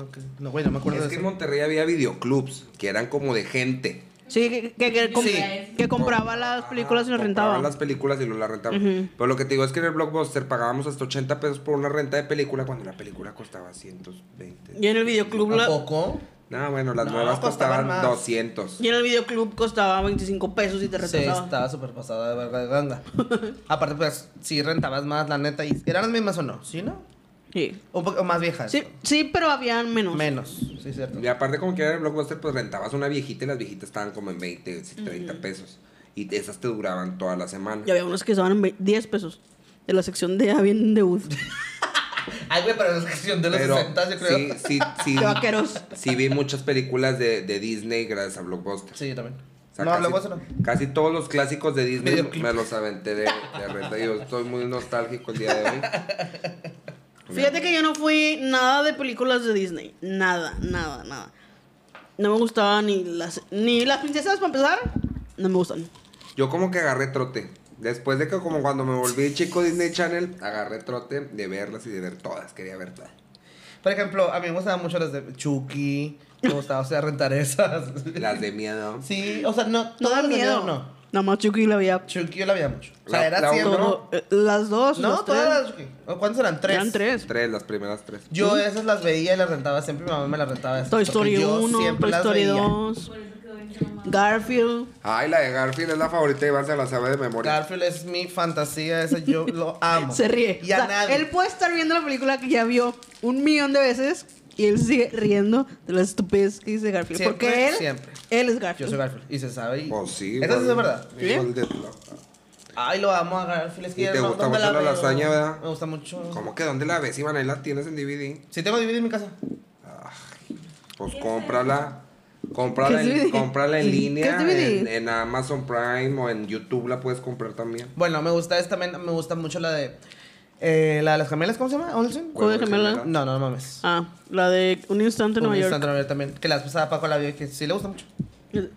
C: Ok. No, güey, no me acuerdo
B: Es que
C: de
B: en
C: eso.
B: Monterrey había videoclubs que eran como de gente.
A: sí, que, que- que comp-
D: Sí.
A: que compraba las películas y las
B: Compraban
A: rentaba.
B: las películas y lo- las rentaba. Pero lo que te digo es que en el Blockbuster pagábamos hasta 80 pesos por una renta de película cuando la película costaba 120.
A: Y en el videoclub
C: ¿A
A: la-
C: poco?
B: No, bueno, las
C: No,
B: nuevas
C: costaban
B: costaban
C: más.
B: 200.
A: Y en el videoclub costaba 25 pesos y te
C: Sí,
A: retrasaba.
C: estaba súper pasada de verga de ganga. Aparte, pues, sí rentabas más, la neta. Y ¿Eran las mismas o no? ¿Sí, no?
A: Sí.
C: Un poco más viejas.
A: Sí, sí, pero habían menos.
C: Menos, sí, cierto.
B: Y aparte, como que era el blockbuster, pues rentabas una viejita y las viejitas estaban como en 20, 30 pesos. Y te- esas te duraban toda la semana.
A: Y había unos que estaban en ve- 10 pesos. De la sección de Avien de Wood.
C: Ay, güey, pero es cuestión de los
B: Pero
C: 60, yo creo.
B: sí, sí, sí,
A: Qué vaqueros.
B: sí vi muchas películas de, de Disney gracias a Blockbuster.
C: Sí, yo también.
B: O sea,
C: no,
B: casi-
C: hablamos no.
B: Casi todos los clásicos de Disney
C: Videoclip.
B: me los aventé de, de renta. Yo estoy muy nostálgico el día de hoy.
A: Fíjate que yo no fui nada de películas de Disney. Nada, nada, nada. No me gustaban ni las, ni las princesas, para empezar. No me gustan.
B: Yo como que agarré trote. Después de que como cuando me volví chico Disney Channel, agarré trote de verlas y de ver todas. Quería ver todas.
C: Por ejemplo, a mí me gustaban mucho las de Chucky. Me gustaba, o sea, rentar esas.
B: Las de miedo.
C: Sí, o sea, no.
A: No da
C: todas las de
A: miedo.
C: No.
A: Nada más Chucky la veía.
C: Chucky yo la veía mucho. O sea,
B: La-
C: era
B: la
C: siempre.
B: uno.
A: todo- eh, las dos.
C: No,
A: las
C: todas
A: tres.
C: las de Chucky. ¿O ¿Cuántas eran? Tres.
A: Eran tres.
B: Tres, las primeras tres.
C: Yo esas las veía y las rentaba siempre. Mi mamá me las rentaba. esas,
A: Toy
C: porque
A: Story
C: yo
A: 1, Toy
C: siempre las
A: Story
C: veía.
A: 2,
D: Por eso quedó inflamado.
A: Garfield.
B: Ay, la de Garfield es la favorita y Iván se la sabe de memoria.
C: Garfield es mi fantasía, esa yo lo amo.
A: Se ríe.
C: Y a
A: O sea,
C: nadie.
A: Él puede estar viendo la película que ya vio un millón de veces y él sigue riendo de las estupidez que dice Garfield.
C: Siempre,
A: porque él,
C: siempre.
A: él es
C: Yo
A: Garfield.
C: soy Garfield. Y se sabe. Y...
B: Pues sí,
C: Esa sí
B: igual-
C: es verdad.
B: igual de loca.
C: Ay, lo amo a Garfield. Es que
B: ¿Y
C: ya
B: te
C: no-
B: gusta
C: ¿dónde
B: mucho la
C: veo?
B: lasaña, verdad?
C: Me gusta mucho.
B: ¿Cómo que dónde la ves, Iván? Ahí la tienes en DVD.
C: Si tengo DVD en mi casa.
B: Pues cómprala. Cómprala
A: ¿Qué es
B: en,
A: DVD?
B: cómprala
A: ¿Qué
B: en
A: es
B: línea,
A: DVD?
B: en, en Amazon Prime o en YouTube la puedes comprar también.
C: Bueno, me gusta esta también, me gusta mucho la de. eh, la de las gemelas, ¿cómo se llama? ¿Olsen?
A: ¿Juego de gemela?
C: No, no, no mames.
A: Ah, la de Un Instante en
C: Un
A: Nueva York.
C: instante, Nueva York también. Que la esposa de Paco la vio y que sí le gusta mucho.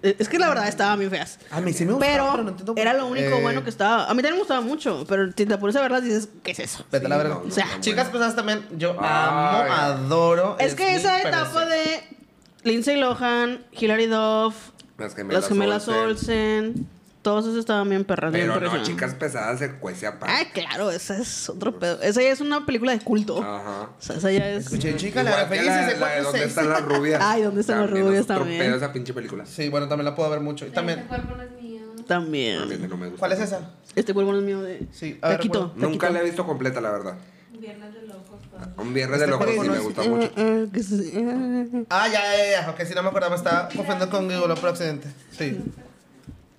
A: Eh, Es que la verdad estaban bien feas.
C: A mí sí me gusta.
A: Pero,
C: entiendo por
A: era
C: qué.
A: lo único
C: Eh,
A: bueno que estaba. A mí también me gustaba mucho, pero si te pones a verlas dices, ¿qué es eso?
C: Vete a la
B: Sí,
C: verga.
B: no, no,
A: O sea,
B: no,
C: Chicas
B: bueno.
C: pesadas también, yo
B: Ay.
C: amo, adoro.
A: Es que
C: mi
A: esa
C: perversión.
A: etapa de Lindsay Lohan, Hilary Duff,
B: Las gemelas,
A: las gemelas
B: Olsen.
A: Olsen, todos esos estaban bien perras. bien
B: Pero no,
A: impresionantes.
B: chicas pesadas se cuece aparte.
A: Ah, claro, esa es otro
B: Pues,
A: pedo. Esa ya es una película de culto.
B: Ajá.
A: O sea, esa ya es.
C: Escuché, chica, la
B: Igual que
C: referencia es de
B: la de
C: cuatro,
B: ¿Dónde
C: seis.
B: están las rubias?
A: Ay, ¿dónde están las
B: es
A: rubias
B: otro
A: también?
B: pedo esa pinche película.
C: Sí, bueno, también la puedo ver mucho. Y
D: Ese
C: también.
D: Este cuerpo no es mío.
A: También.
B: También no me gusta.
C: ¿Cuál es esa?
A: Este cuervo no es mío de.
C: Sí, a ver,
A: Taquito.
C: recuerda.
B: Nunca la he visto completa, la verdad.
D: Viernes de locos. todo.
B: Un viernes de
C: Este
B: locos
C: juego
B: sí
C: no
B: me
C: es-
B: gusta mucho.
A: Eh, eh, que sí, eh.
C: Ah, ya, ya, ya. Ok, si no me acordaba, estaba confundiendo con Gigolo por accidente. Sí.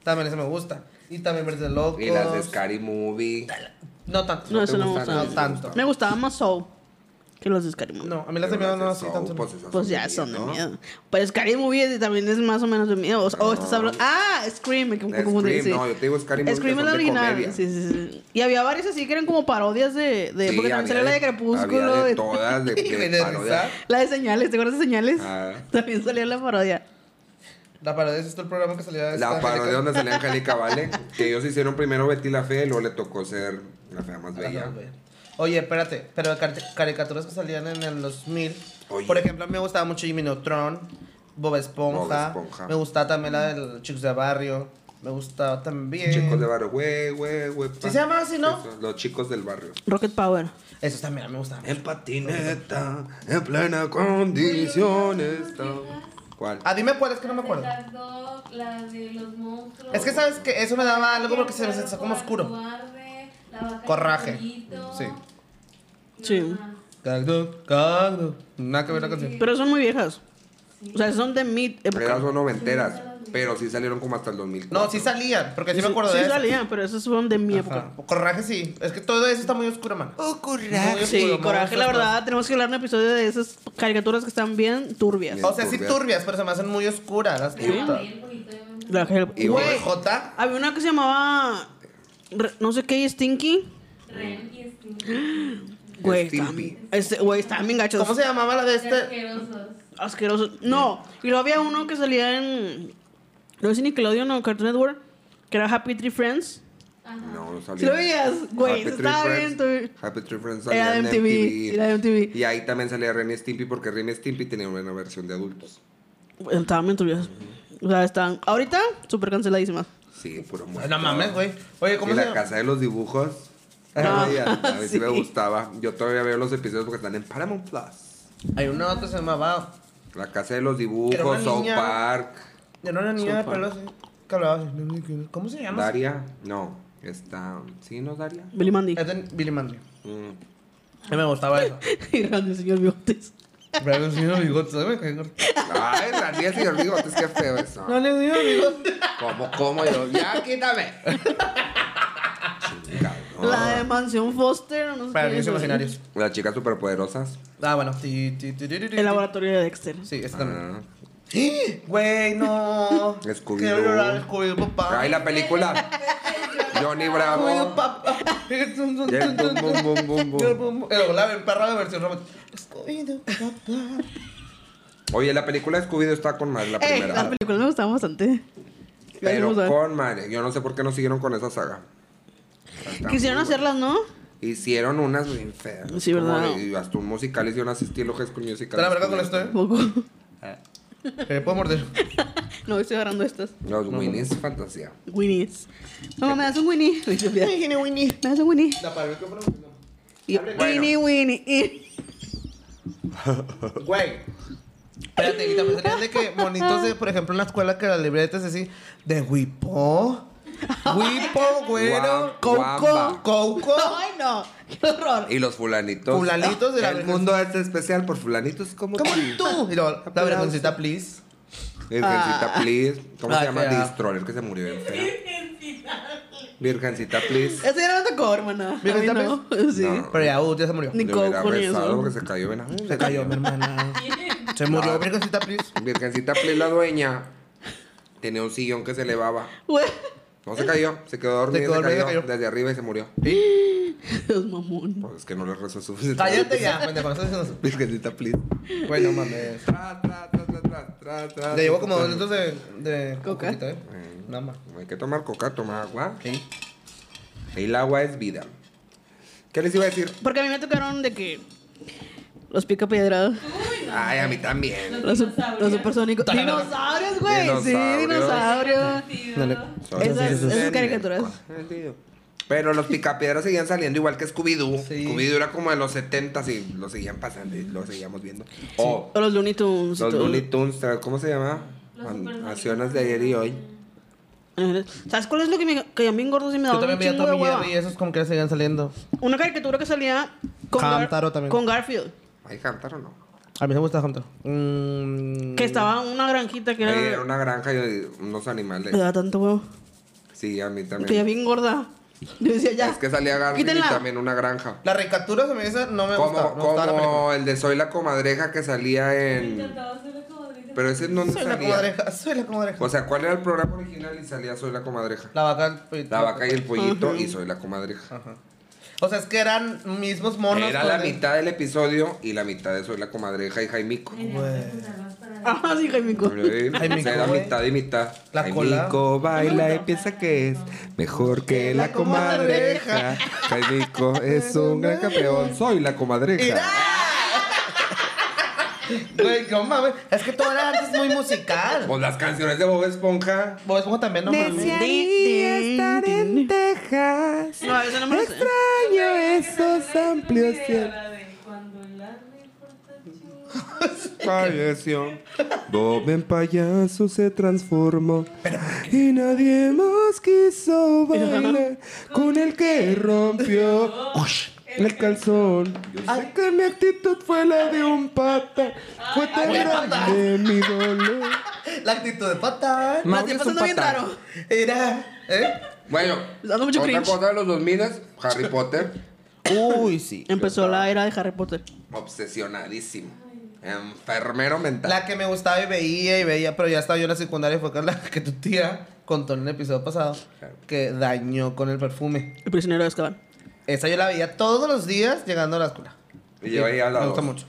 C: También ese me gusta. Y también Verdes de Locos.
B: Y las de Scary Movie.
C: No tanto.
A: No,
B: te
A: eso no me
B: gustan
A: gustaba.
C: no tanto.
A: Me gustaba más Soul que los de Scary Movie.
C: No, a mí las de miedo no así tanto.
B: Pues,
C: no.
B: esas
A: Pues
B: de
A: ya son de
B: ¿no?
A: miedo. Pero Scary Movie también es más o menos de miedo. O, o estás hablando. Ah, Scream. Me
B: Scream,
A: confundí. sí.
B: no, yo te digo Scary Movie,
A: Scream
B: que
A: es la
B: son de
A: original.
B: comedia.
A: Sí, sí, sí. Y había varias así que eran como parodias de. de
B: Sí,
A: porque también
B: había
A: salió la de
B: había
A: Crepúsculo.
B: de
A: de-
B: todas, de,
C: Y
B: de
C: de
B: parodia.
C: Rizar.
A: la de señales. ¿Te acuerdas de señales?
B: Ah.
A: También salió la parodia.
C: La parodia es todo el programa que salía de
B: La
C: esta
B: parodia
C: Angélica.
B: donde salía Angélica Vale. Que ellos hicieron primero Betty la Fea y luego le tocó ser la fea más
C: Ah,
B: bella.
C: no, güey. Oye, espérate, pero car- caricaturas que salían en el 2000.
B: Oye.
C: Por ejemplo, me gustaba mucho Jimmy Neutron, Bob Esponja.
B: Bob Esponja.
C: Me gustaba también la de los Chicos de Barrio. Me gustaba también.
B: Chicos de barrio, güey, güey, güey. pa.
C: ¿Sí se llama así, no?
B: Eso, los chicos del barrio.
A: Rocket Power.
C: Esos también me gustaban.
B: En patineta, en plena condición está. ¿Cuál?
C: A Ah, dime cuál es que no me acuerdo.
D: Las dos, las de los monstruos.
C: Es que sabes que eso me daba algo porque se me sentía como oscuro.
D: Cobarde, la vaca y el
C: Coraje.
D: pollito.
C: Sí.
D: Y
A: Sí.
D: demás.
C: Cactus, cactus. Nada que ver la canción.
A: Pero son muy viejas. O sea, son de mi
B: Eran
A: época.
B: son noventeras, pero sí salieron como hasta el 2000.
C: No, sí salían, porque sí me acuerdo
A: sí
C: de eso.
A: salían, pero esas fueron de mi
C: Ajá.
A: época. Oh,
C: Coraje sí. Es que todo eso está muy oscuro, man. Muy
A: Sí,
C: oscuro,
A: coraje,
C: muchas
A: la
C: cosas.
A: verdad. Tenemos que hablar un episodio de esas caricaturas que están bien turbias.
B: Bien.
C: O sea, sí
B: turbias.
C: turbias, pero se me hacen muy oscuras las
D: Ah,
C: putas.
D: el pollito, obviamente.
A: La gel-
B: Y
A: Güey,
B: Bob
C: J.
A: había una que se llamaba. re- No sé qué, Stinky.
D: Ren y Stimpy.
A: Güey, estaban
B: Stimpy.
A: bien- este, güey, estaban bien gachos.
C: ¿Cómo se llamaba la de este?
D: Asquerosos.
A: Asqueroso. No, y luego había uno que salía en. No sé si Nickelodeon o Cartoon Network, que era Happy Tree Friends.
D: Ajá.
B: No, no
A: ¿Sí
B: salieron.
A: lo veías? Güey,
B: Happy
A: eso
B: Tree
A: estaba bien.
B: Friends-
A: tú-
B: Happy Tree Friends
A: Era
B: salía en
A: de MTV, era de MTV.
B: Y ahí también salía Ren y Stimpy porque Ren y Stimpy tenía una versión de adultos.
A: Güey, Estaban bien turbias. O sea, están. Ahorita, súper canceladísimas.
B: Sí, puro
C: Ay,
B: muerto.
C: No mames, güey. Oye, ¿cómo
B: y
C: se
B: la
C: llama?
B: casa de los dibujos.
A: Ah,
B: Ay, a a mí sí.
A: sí.
B: me gustaba. Yo todavía veo los episodios porque están en Paramount Plus.
C: Hay una otra que se llamaba.
B: La casa de los
C: Era una
B: dibujos, South
C: niña.
B: Park,
C: Yo no era niña de
A: Sopa.
C: pelo así. Que hablaba así. ¿Cómo se llama?
B: Daria. No, está. ¿Sí, no, Daria?
A: Billy Mandy.
C: Es de Billy Mandy.
B: Mm.
C: A mí me gustaba eso.
A: y Randy, señor Bigotes.
C: Pero el señor bigotes, ¿sabes? Me caí gordo.
B: Ay, Daria, señor bigotes, qué feo eso.
C: No, le señor bigotes.
B: ¿Cómo, cómo yo? Ya, quítame. Chingado.
A: La de Mansión Foster, no sé
C: Para
A: qué
C: niños
A: es.
C: imaginarios.
B: Las chicas superpoderosas.
C: Ah, bueno. Ti, ti, ti, ti, ti, ti.
A: El laboratorio de Dexter.
C: Sí, esta también.
B: Ah.
C: Güey, no.
B: Scooby-Doo.
C: Quiero llorar, Scooby-Doo, papá.
B: Ah. Ay, la película. Johnny
C: Scooby-Doo,
B: Bravo.
C: papá.
B: Y el bum, bum, bum, bum, bum.
C: El la el perro de versión robot. Scooby-Doo, papá.
B: Oye, la película de Scooby-Doo está con madre, la
A: Eh, las
B: primera.
A: películas me gustaban bastante.
B: Pero
A: Vamos a ver.
B: con madre. Yo no sé por qué no siguieron con esa saga. Está
A: Quisieron
B: muy
A: hacerlas, ¿no?
B: buena. Hicieron unas bien feas.
A: Sí,
B: Como
A: ¿verdad?
B: de- y hasta un musical hicieron así estilo High School Musical.
C: ¿Está la verga con esto, eh?
A: Poco.
C: Eh, puedo morder.
A: no, estoy agarrando estas.
B: Los Winnie's Fantasía.
A: Winnie's. Mamá, me das un Winnie. Ay, Sofía. Me das un Winnie.
C: La paró el micrófono.
A: Y yo,
C: Ábrele.
A: Winnie, Winnie. y-
C: Güey. Espérate, y también salían de que monitos de, por ejemplo, en la escuela que la libreta es así, de Wipo. Wipo, güero,
B: Guam-
C: Coco,
B: guamba.
C: Coco.
A: Ay, no. Qué horror.
B: Y los fulanitos.
C: Fulanitos de la
B: El
C: verga.
B: mundo es especial por fulanitos como
C: ¿Cómo
B: tú.
C: tú? Y luego, la vergoncita, please.
B: Virgencita,
A: Ah.
B: please. ¿Cómo se
C: Ay,
B: llama?
C: fea.
B: Distrol, el que se murió bien fea. Virgencita, please.
A: Ese ya no me tocó, hermana. A
C: ¿Mira,
A: mí
C: esta
A: no. Sí.
B: No.
C: Pero ya, uh, ya se murió.
A: Ni-
B: Le hubiera
A: con
B: besado
A: eso.
B: porque se cayó. ven, ay,
C: Se cayó mi hermana. Se murió,
B: No.
C: vergoncita, please.
B: Virgencita, please, la dueña. Tenía un sillón que se elevaba.
A: Güey.
B: No se cayó, se quedó dormida,
C: Se
B: se,
C: quedó dormida,
B: cayó,
C: cayó.
B: desde arriba y se murió.
A: Dios mamón.
B: Pues es que no le rezó suficiente.
C: Cállate ya, pendejo. estás diciendo
B: Virgencita, please.
C: eso. Güey, no mames.
B: Tra, tra, tra, tra, tra, tra, tra.
C: Le llevo como dos litros de, de
A: Coca.
C: coquita, eh.
B: Eh,
C: Nada más.
B: Hay que tomar coca, tomar agua.
C: Sí.
B: El agua es vida. ¿Qué les iba a decir?
A: Porque a mí me tocaron de que. Los pica piedrados.
B: Ay, a mí también.
A: Los, sup-
D: Dinosaurios.
A: los supersónicos. Dinosaurios, güey. Sí,
B: Dinosaurios.
A: dinosaurios.
D: Divertido.
A: Esas- esas caricaturas.
B: Pero los picapiedras seguían saliendo igual que Scooby-Doo.
C: Sí.
B: Scooby-Doo era como de los 70 y lo seguían pasando y lo seguíamos viendo. O
A: O los Looney Tunes. y
B: los
A: todo.
B: Looney Tunes, ¿cómo se llama?
D: Los
B: An-
D: supersónicos.
B: Acciones de ayer y hoy.
A: Ajá. ¿Sabes cuál es lo que me caía bien gordo si me daba
C: Yo también
A: un
C: veía
A: chingo de
C: Tommy
A: hueva?
C: Jerry y esos como que ya seguían saliendo.
A: Una caricatura que salía con, Gar-
C: Hamtaro también.
A: con Garfield.
B: ¿Hay cantar o no?
C: A mí me gusta Hunter. Mm,
A: Que estaba una granjita que
B: Ahí era
A: era...
B: una granja y unos animales.
A: Me daba tanto huevo.
B: Sí, a mí
A: Que ya
B: también.
A: bien gorda. Yo decía ya.
B: Es que salía Garfield
A: quítenla.
B: y también una granja.
C: La caricatura se me dice, no me
B: Como,
C: gusta. No
B: como
C: estaba la película.
B: el de Soy la comadreja que salía en.
D: Intentaba hacerle como de-
B: Pero ese no
C: Soy la
B: salía.
C: comadreja, soy la comadreja.
B: O sea, ¿cuál era el programa original y salía Soy la comadreja?
C: La vaca, el-
B: La vaca y el pollito
A: Ajá.
B: y Soy la comadreja.
C: Ajá. O sea, es que eran mismos monos.
B: Era
C: con
B: la
C: el-
B: mitad del episodio y la mitad de Soy la comadreja y Jaimico.
D: Tenía
C: Güey.
D: que juntarlas para-
A: Ah, sí, Jaimico.
B: O sea, Era
C: güey.
B: mitad y mitad.
C: La
B: Jaimico baila y piensa que es mejor que la
C: La comadreja.
B: comadreja. Jaimico es un gran campeón. Soy la comadreja.
C: Güey, no mames. Es que todo era antes muy musical.
B: Pues las canciones de Bob Esponja.
C: Bob Esponja también, no mames.
A: Desearía estar en
B: Texas.
A: No, eso no me lo sé.
B: Extraño
D: Esos amplios Cuando el alma importa chido.
B: Falleció. Bob en payaso se transformó. Y nadie más quiso bailar con el que rompió el calzón. Yo sé que mi actitud fue la de un pata. Fue tan grande mi dolor.
C: La actitud de pata.
A: La estoy pasando bien raro.
C: Era. ¿Eh?
B: Bueno,
A: Dando mucho
B: otra
A: cringe.
B: cosa de los 2000 Harry Potter,
C: Uy, sí.
A: Empezó la era de Harry Potter.
B: obsesionadísimo. Enfermero mental.
C: La que me gustaba y veía y veía, pero ya estaba yo en la secundaria. Fue con la que tu tía contó en el episodio pasado
B: Claro.
C: que dañó con el perfume.
A: El prisionero de Azkaban.
C: Esa yo la veía todos los días llegando a la escuela.
B: Y yo veía la
C: Me gusta
B: dos.
C: mucho.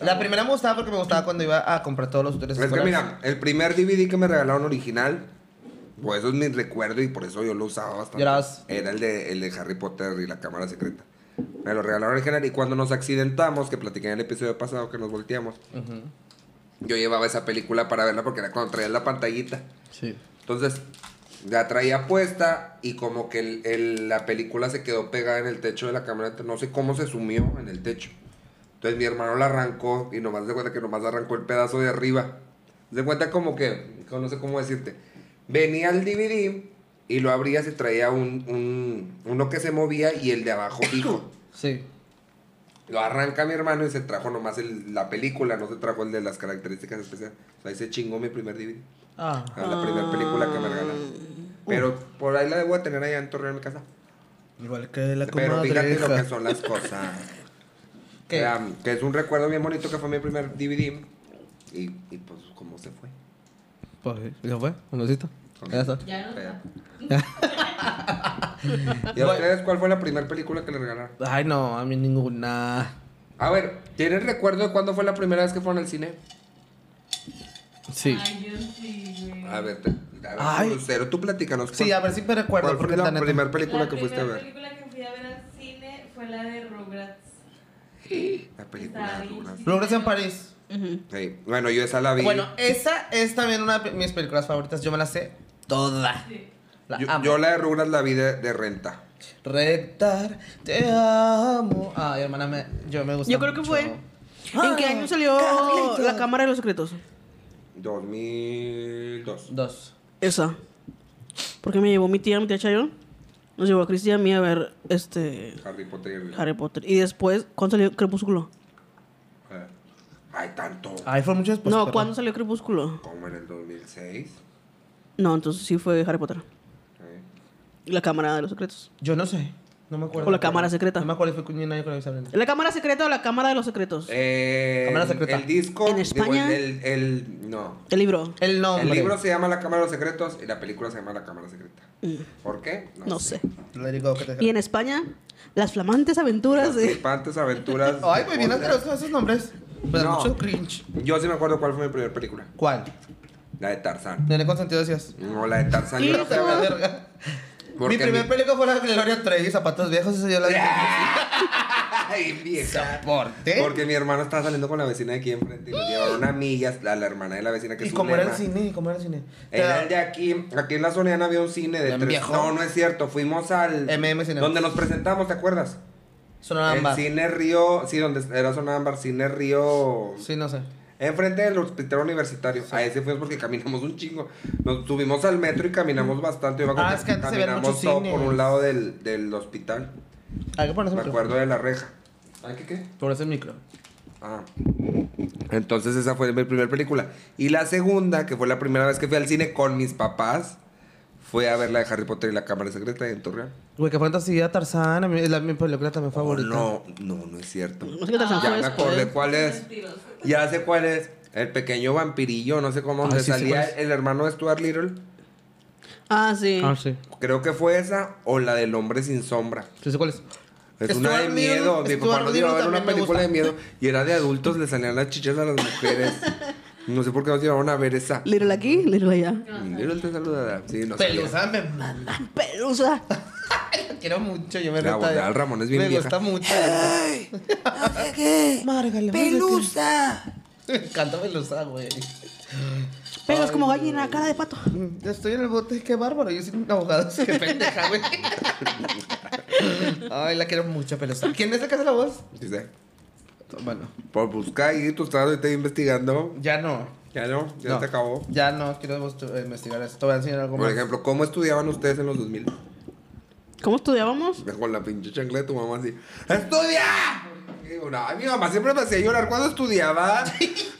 C: La primera me gustaba porque me gustaba cuando iba a comprar todos los útiles
B: Es que
C: escolares.
B: mira, el primer DVD que me regalaron original, pues eso es mi recuerdo y por eso yo lo usaba bastante.
C: Llorabas.
B: Era el de, el de Harry Potter y la cámara secreta. Me lo regalaron original y cuando nos accidentamos, que platiqué en el episodio pasado que nos volteamos, yo llevaba esa película para verla porque era cuando traía la pantallita.
C: Sí.
B: Entonces, la traía puesta y como que el- el- la película se quedó pegada en el techo de la camioneta. No sé cómo se sumió en el techo. Entonces mi hermano la arrancó y nomás de cuenta que nomás arrancó el pedazo de arriba. De cuenta como que, no sé cómo decirte. Venía el DVD y lo abrías y traía un, un- uno que se movía y el de abajo fijo.
C: Sí.
B: Lo arranca mi hermano y se trajo nomás el- la película, no se trajo el de las características especiales. O sea, ahí se chingó mi primer DVD.
C: Ah.
B: Ah, la primera película que me regalaron.
C: Mm.
B: Pero por ahí la debo de tener allá en Torreón, en mi casa.
C: Igual que la
B: Pero fíjate lo que
C: comadreja.
B: son las cosas.
C: ¿Qué?
B: O sea, que es un recuerdo bien bonito que fue mi primer DVD. Y, y, pues, ¿cómo se fue?
C: Pues sí, ya fue, un osito. Ya está.
D: Ya no está.
B: ¿Y a ustedes cuál fue la primera película que le regalaron?
C: Ay, no, a mí ninguna.
B: A ver, ¿tienen recuerdo de cuándo fue la primera vez que fueron al cine?
C: Sí.
D: Ay, yo sí, güey.
B: A ver, te- a ver,
C: Ay.
B: Lucero, tú platícanos.
C: Sí,
B: ¿cuál-
C: a ver si me recuerdo.
B: ¿Cuál
C: Porque
B: fue
C: la
B: la
C: neta.
B: primera película
D: la
B: que fuiste a
D: primera
B: ver?
D: película que fui a ver al cine fue la de Rugrats.
B: La película de Rugrats.
C: Logros en París.
B: Sí, Bueno, yo esa la vi.
C: Bueno, esa es también una de mis películas favoritas. Yo me la sé toda.
D: Sí.
C: La
B: yo,
C: amo.
B: yo la de Rugrats la vi de- de renta.
C: Rectar, te amo. Ay, hermana, me, yo me gusta.
A: Yo creo que
C: mucho.
A: fue.
C: Ah,
A: ¿En qué año salió
C: Carlitos.
A: La Cámara de los Secretos?
B: 2002.
C: Dos.
A: Esa. Porque me llevó mi tía, mi tía Chayo. Nos llevó a Cristi y a mí a ver este
B: Harry Potter. y el-
A: Harry Potter. Y después, ¿cuándo salió Crepúsculo?
B: Eh, Ay, tanto.
C: Ay, fue mucho después.
A: no,
C: Pues, perdón.
A: ¿cuándo salió Crepúsculo?
B: Como en el 2006.
A: No, entonces sí fue Harry Potter.
B: eh.
A: La Cámara de los Secretos.
C: Yo no sé. No me acuerdo.
A: O la cámara secreta.
C: No me acuerdo si fue con Nina y con Isabel.
A: ¿La Cámara Secreta o la Cámara de los Secretos?
B: Eh,
C: Cámara secreta.
B: El disco.
A: En España.
B: digo, el, el- el- no.
A: El libro.
C: El nombre.
B: El libro se llama La Cámara de los Secretos y la película se llama La Cámara Secreta. ¿Por qué?
A: Mm, No sé.
C: Le digo que te
A: Y en España, Las Flamantes Aventuras
B: Las
A: de...
B: flipantes aventuras.
C: Ay,
B: de
C: güey, bien
B: Potter.
C: asquerosos esos nombres. Pero
B: No.
C: mucho cringe.
B: Yo sí me acuerdo cuál fue mi primera película.
C: ¿Cuál?
B: La de Tarzán.
C: Nene Consentido decías.
B: No, la de Tarzán. yo la fui a
C: Verga,
B: ver
C: verga.
B: porque
C: Mi primer película fue la de Gloria Trevi, Zapatos Viejos, esa yo la vi.
B: Ay, vieja.
C: Soporte.
B: Porque mi hermano estaba saliendo con la vecina de aquí enfrente y nos llevaron a millas a la hermana de la vecina que
C: ¿Y
B: es
C: cómo era el
B: Zulema.
C: cine? ¿Cómo era el cine?
B: Era el de aquí, aquí en la Soriana había un cine de
C: Bien
B: tres.
C: viejo.
B: No, no es cierto. Fuimos al
C: MM Cinemas.
B: donde nos presentamos, ¿te acuerdas?
C: Sonaba
B: El cine Río, sí, donde era Zona Ámbar, cine Río.
C: Sí, no sé.
B: Enfrente del hospital universitario. A ese fuimos porque caminamos un chingo. Nos subimos al metro y caminamos bastante. Iba con-
C: Ah, es que antes había
B: caminamos
C: muchos
B: todo
C: cines.
B: por un lado del, del hospital.
C: Hay que ponerse
B: Me
C: el micro.
B: acuerdo de la reja. ¿Ay, qué qué?
C: Ponerse el micro.
B: Ah. Entonces esa fue mi primera película. Y la segunda, que fue la primera vez que fui al cine con mis papás, Fui a ver la de Harry Potter y la Cámara Secreta en Torreón.
C: Güey, qué fantasía, Tarzán. a mí- Es la, mi película también favorita.
B: Oh, No, no, no es cierto.
A: No sé qué Tarzán
B: Ya
A: fue
B: me acordé
A: después.
B: cuál es. Ya sé cuál es. El pequeño vampirillo, no sé cómo,
C: Ah,
B: donde
C: sí, sí,
B: salía
C: cuál es.
B: el hermano de Stuart Little.
A: Ah, sí.
C: Ah, sí.
B: Creo que fue esa o la del hombre sin sombra.
C: Sí, sé cuál es.
B: Es una de
C: Stuart Little-
B: miedo. Mi papá
C: Stuart
B: nos dio a
C: Little
B: ver una
C: también me
B: película
C: gusta.
B: de miedo y era de adultos, le salían las chichas a las mujeres. No sé por qué nos llevaron a ver esa.
A: Little aquí, Little allá.
B: Little te saluda. Sí, no sabía.
C: Pelusa me manda.
A: Pelusa.
C: La quiero mucho, yo me
B: La
C: reta.
B: Gonzalo Ramón es bien
C: Me
B: vieja.
C: gusta mucho. Márgale, Canta Pelusa, güey.
A: Pelos como gallina, cara de pato.
C: Yo estoy en el bote, qué bárbaro. Yo soy un abogado, qué pendeja, güey. Ay, la quiero mucho, Pelusa. ¿Quién es la que hace la voz?
B: Dice,
C: Bueno,
B: por buscar y tú estás ahorita investigando.
C: ya no.
B: Ya no, ya
C: No,
B: se acabó.
C: Ya no, quiero mostu- eh, investigar esto. Te voy a enseñar algo
B: Por
C: más.
B: ejemplo, ¿cómo estudiaban ustedes en los 2000?
A: ¿Cómo estudiábamos?
B: Con la pinche chancla de tu mamá así. ¡Estudia! Y digo, no, mi mamá siempre me hacía llorar cuando estudiaba.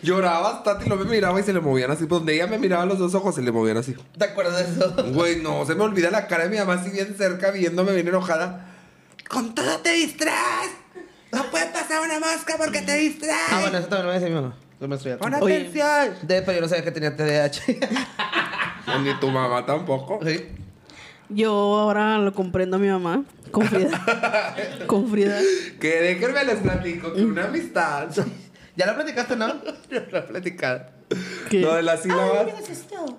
B: Lloraba hasta y lo me miraba y se le movían así. Pues donde ella me miraba los dos ojos, se le movían así.
C: ¿Te acuerdas de eso?
B: Güey, no, se me olvida la cara de mi mamá así bien cerca, viéndome bien enojada. ¡Con todo te distraes! ¡No puede pasar una mosca porque te distraes!
C: Ah, bueno, eso también lo decía mi mamá. Yo me estoy
B: ¡Pon
A: Oye.
B: atención!
C: De, pero yo no sabía que tenía TDAH.
B: Ni tu mamá tampoco.
C: Sí.
A: Yo ahora lo comprendo a mi mamá. Con Frida. Con Frida.
B: Que déjenme les platico que una amistad.
C: Ya la platicaste, ¿no?
B: la platicada.
A: ¿Qué?
B: Lo de las sílabas.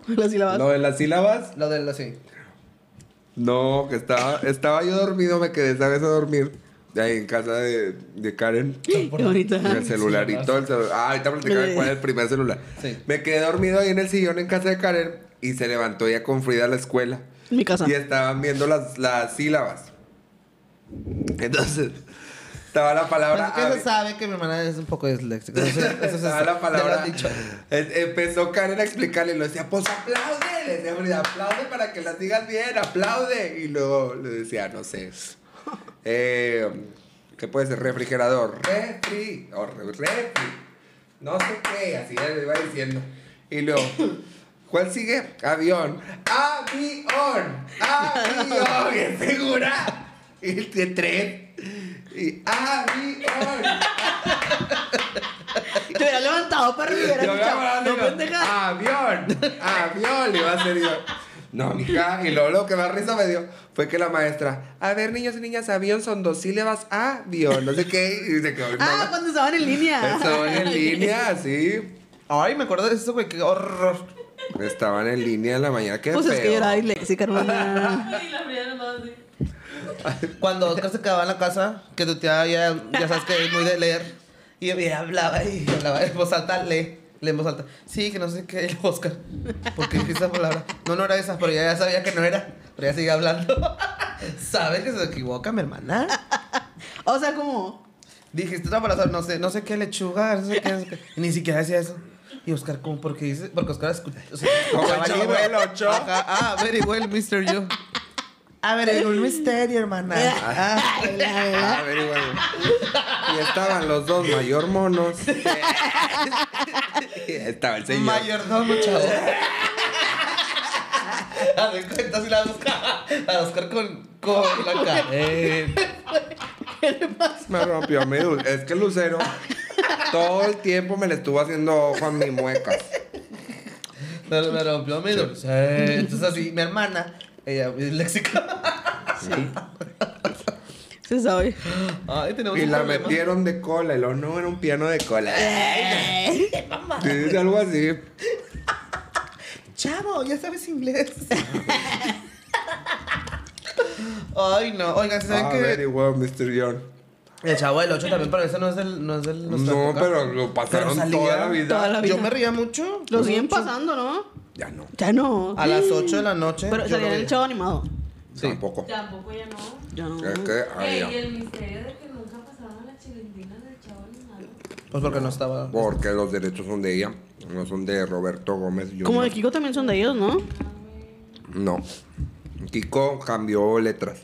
A: Las sílabas.
B: Lo de las sílabas.
C: Lo de lo sí.
B: No, que estaba, estaba yo dormido, me quedé esa vez a dormir. Ahí en casa de, de Karen.
A: Qué bonita.
B: Y el celularito, el celular. Ah, ahorita platicaba de cuál era el primer celular.
C: Sí.
B: Me quedé dormido ahí en el sillón en casa de Karen y se levantó ya con Frida a la escuela.
A: Mi casa.
B: Y estaban viendo las, las sílabas. Entonces, estaba la palabra.
C: Pues, que
B: ave-
C: se sabe que mi hermana es un poco disléxica. Eso, eso se
B: Estaba
C: sabe.
B: la
C: Ya lo
B: palabra.
C: han dicho.
B: Es- empezó Karen a explicarle y lo decía, pues aplaude. Le decía, Frida, aplaude para que las digas bien, aplaude. Y luego le decía, no sé. Eh, ¿Qué puede ser? Refrigerador. Refri. O re- refri. No sé qué. Así ya le iba diciendo. Y luego. ¿Cuál sigue? Avión. ¡Avión! ¡Avión! ¡Es segura! Este tren. Y ¡Avión!
A: Te hubiera levantado para
B: Yo me
A: hubiera
B: agarraba,
A: No,
B: digo,
A: pendeja.
B: Avión, avión, le iba a hacer yo. No, mija, y luego lo que más risa me dio fue que la maestra, a ver, niños y niñas, avión son dos sílabas, avión, no sé qué, y se quedó.
A: Ah, cuando estaban en línea.
B: Estaban en línea, sí.
C: Ay, me acuerdo de eso, güey. Qué horror.
B: Estaban en línea en la mañana, qué
A: Pues
B: feo.
A: es que yo era disléxica, hermana.
D: Y la Frida nomás así.
C: Cuando Oscar se quedaba en la casa, que tu tía ya, ya sabes que es muy de leer. Y y hablaba y hablaba en voz alta, lee, lee en voz alta. Sí, que no sé qué, el Oscar. Porque esa palabra. No, no era esa, pero ya, ya sabía que no era. Pero ya seguía hablando. ¿Sabes que se equivoca, mi hermana?
A: O sea, como.
C: Dijiste una palabra, no sé, no sé qué lechuga, no sé qué, no sé qué. Y ni siquiera decía eso. Y Oscar, ¿cómo? Porque dice, porque Oscar escucha. O sea,
B: Como
C: escuchaba
B: el
C: el libro.
B: Chavo del Ocho.
C: Ajá, ah, very well, Mr. You. A ver, un misterio, hermana. Ah,
B: Ah, very well. Y estaban los dos mayor monos. Y Estaba el señor.
C: mayordomo, chavo. A ver, cuenta si la Oscar. A Oscar con, con la cara. Eh,
B: Me rompió mi dul- Es que Lucero todo el tiempo me le estuvo haciendo ojo a mi muecas.
C: Me, me rompió mi dulce. Entonces, así, mi hermana, ella es léxica.
A: Se sabe.
C: Ay, tenemos
B: Y
C: un
B: la
C: problema.
B: metieron de cola. El horno era un piano de cola. Eh. Sí, dice algo así.
C: Chavo, ya sabes inglés. Ay, no. Oigan, ¿saben
B: Ah, very
C: que
B: well, Mr. John.
C: El chavo del 8 también, pero ese no es del. No, es del nuestra
B: No,
C: época.
B: pero lo pasaron
C: Pero salía
B: toda la vida.
A: Toda la vida.
C: Yo me ría mucho.
A: Lo siguen
C: mucho.
A: pasando, ¿no?
B: Ya no,
A: Ya no.
C: A las 8 de la noche.
A: Pero
C: yo
A: salía
C: lo
A: en el
C: veía.
A: show animado.
C: Sí.
B: tampoco.
D: Tampoco ya no.
A: Ya no.
B: Es que, ay,
D: Ey,
B: Ah, ya.
D: y el misterio de que nunca pasaban las chirindinas del chavo ni nada.
C: Pues porque no estaba.
B: Porque los derechos son de ella, no son de Roberto Gómez. Jr.
A: Como de Kiko también son de ellos, ¿no?
B: No. Kiko cambió letras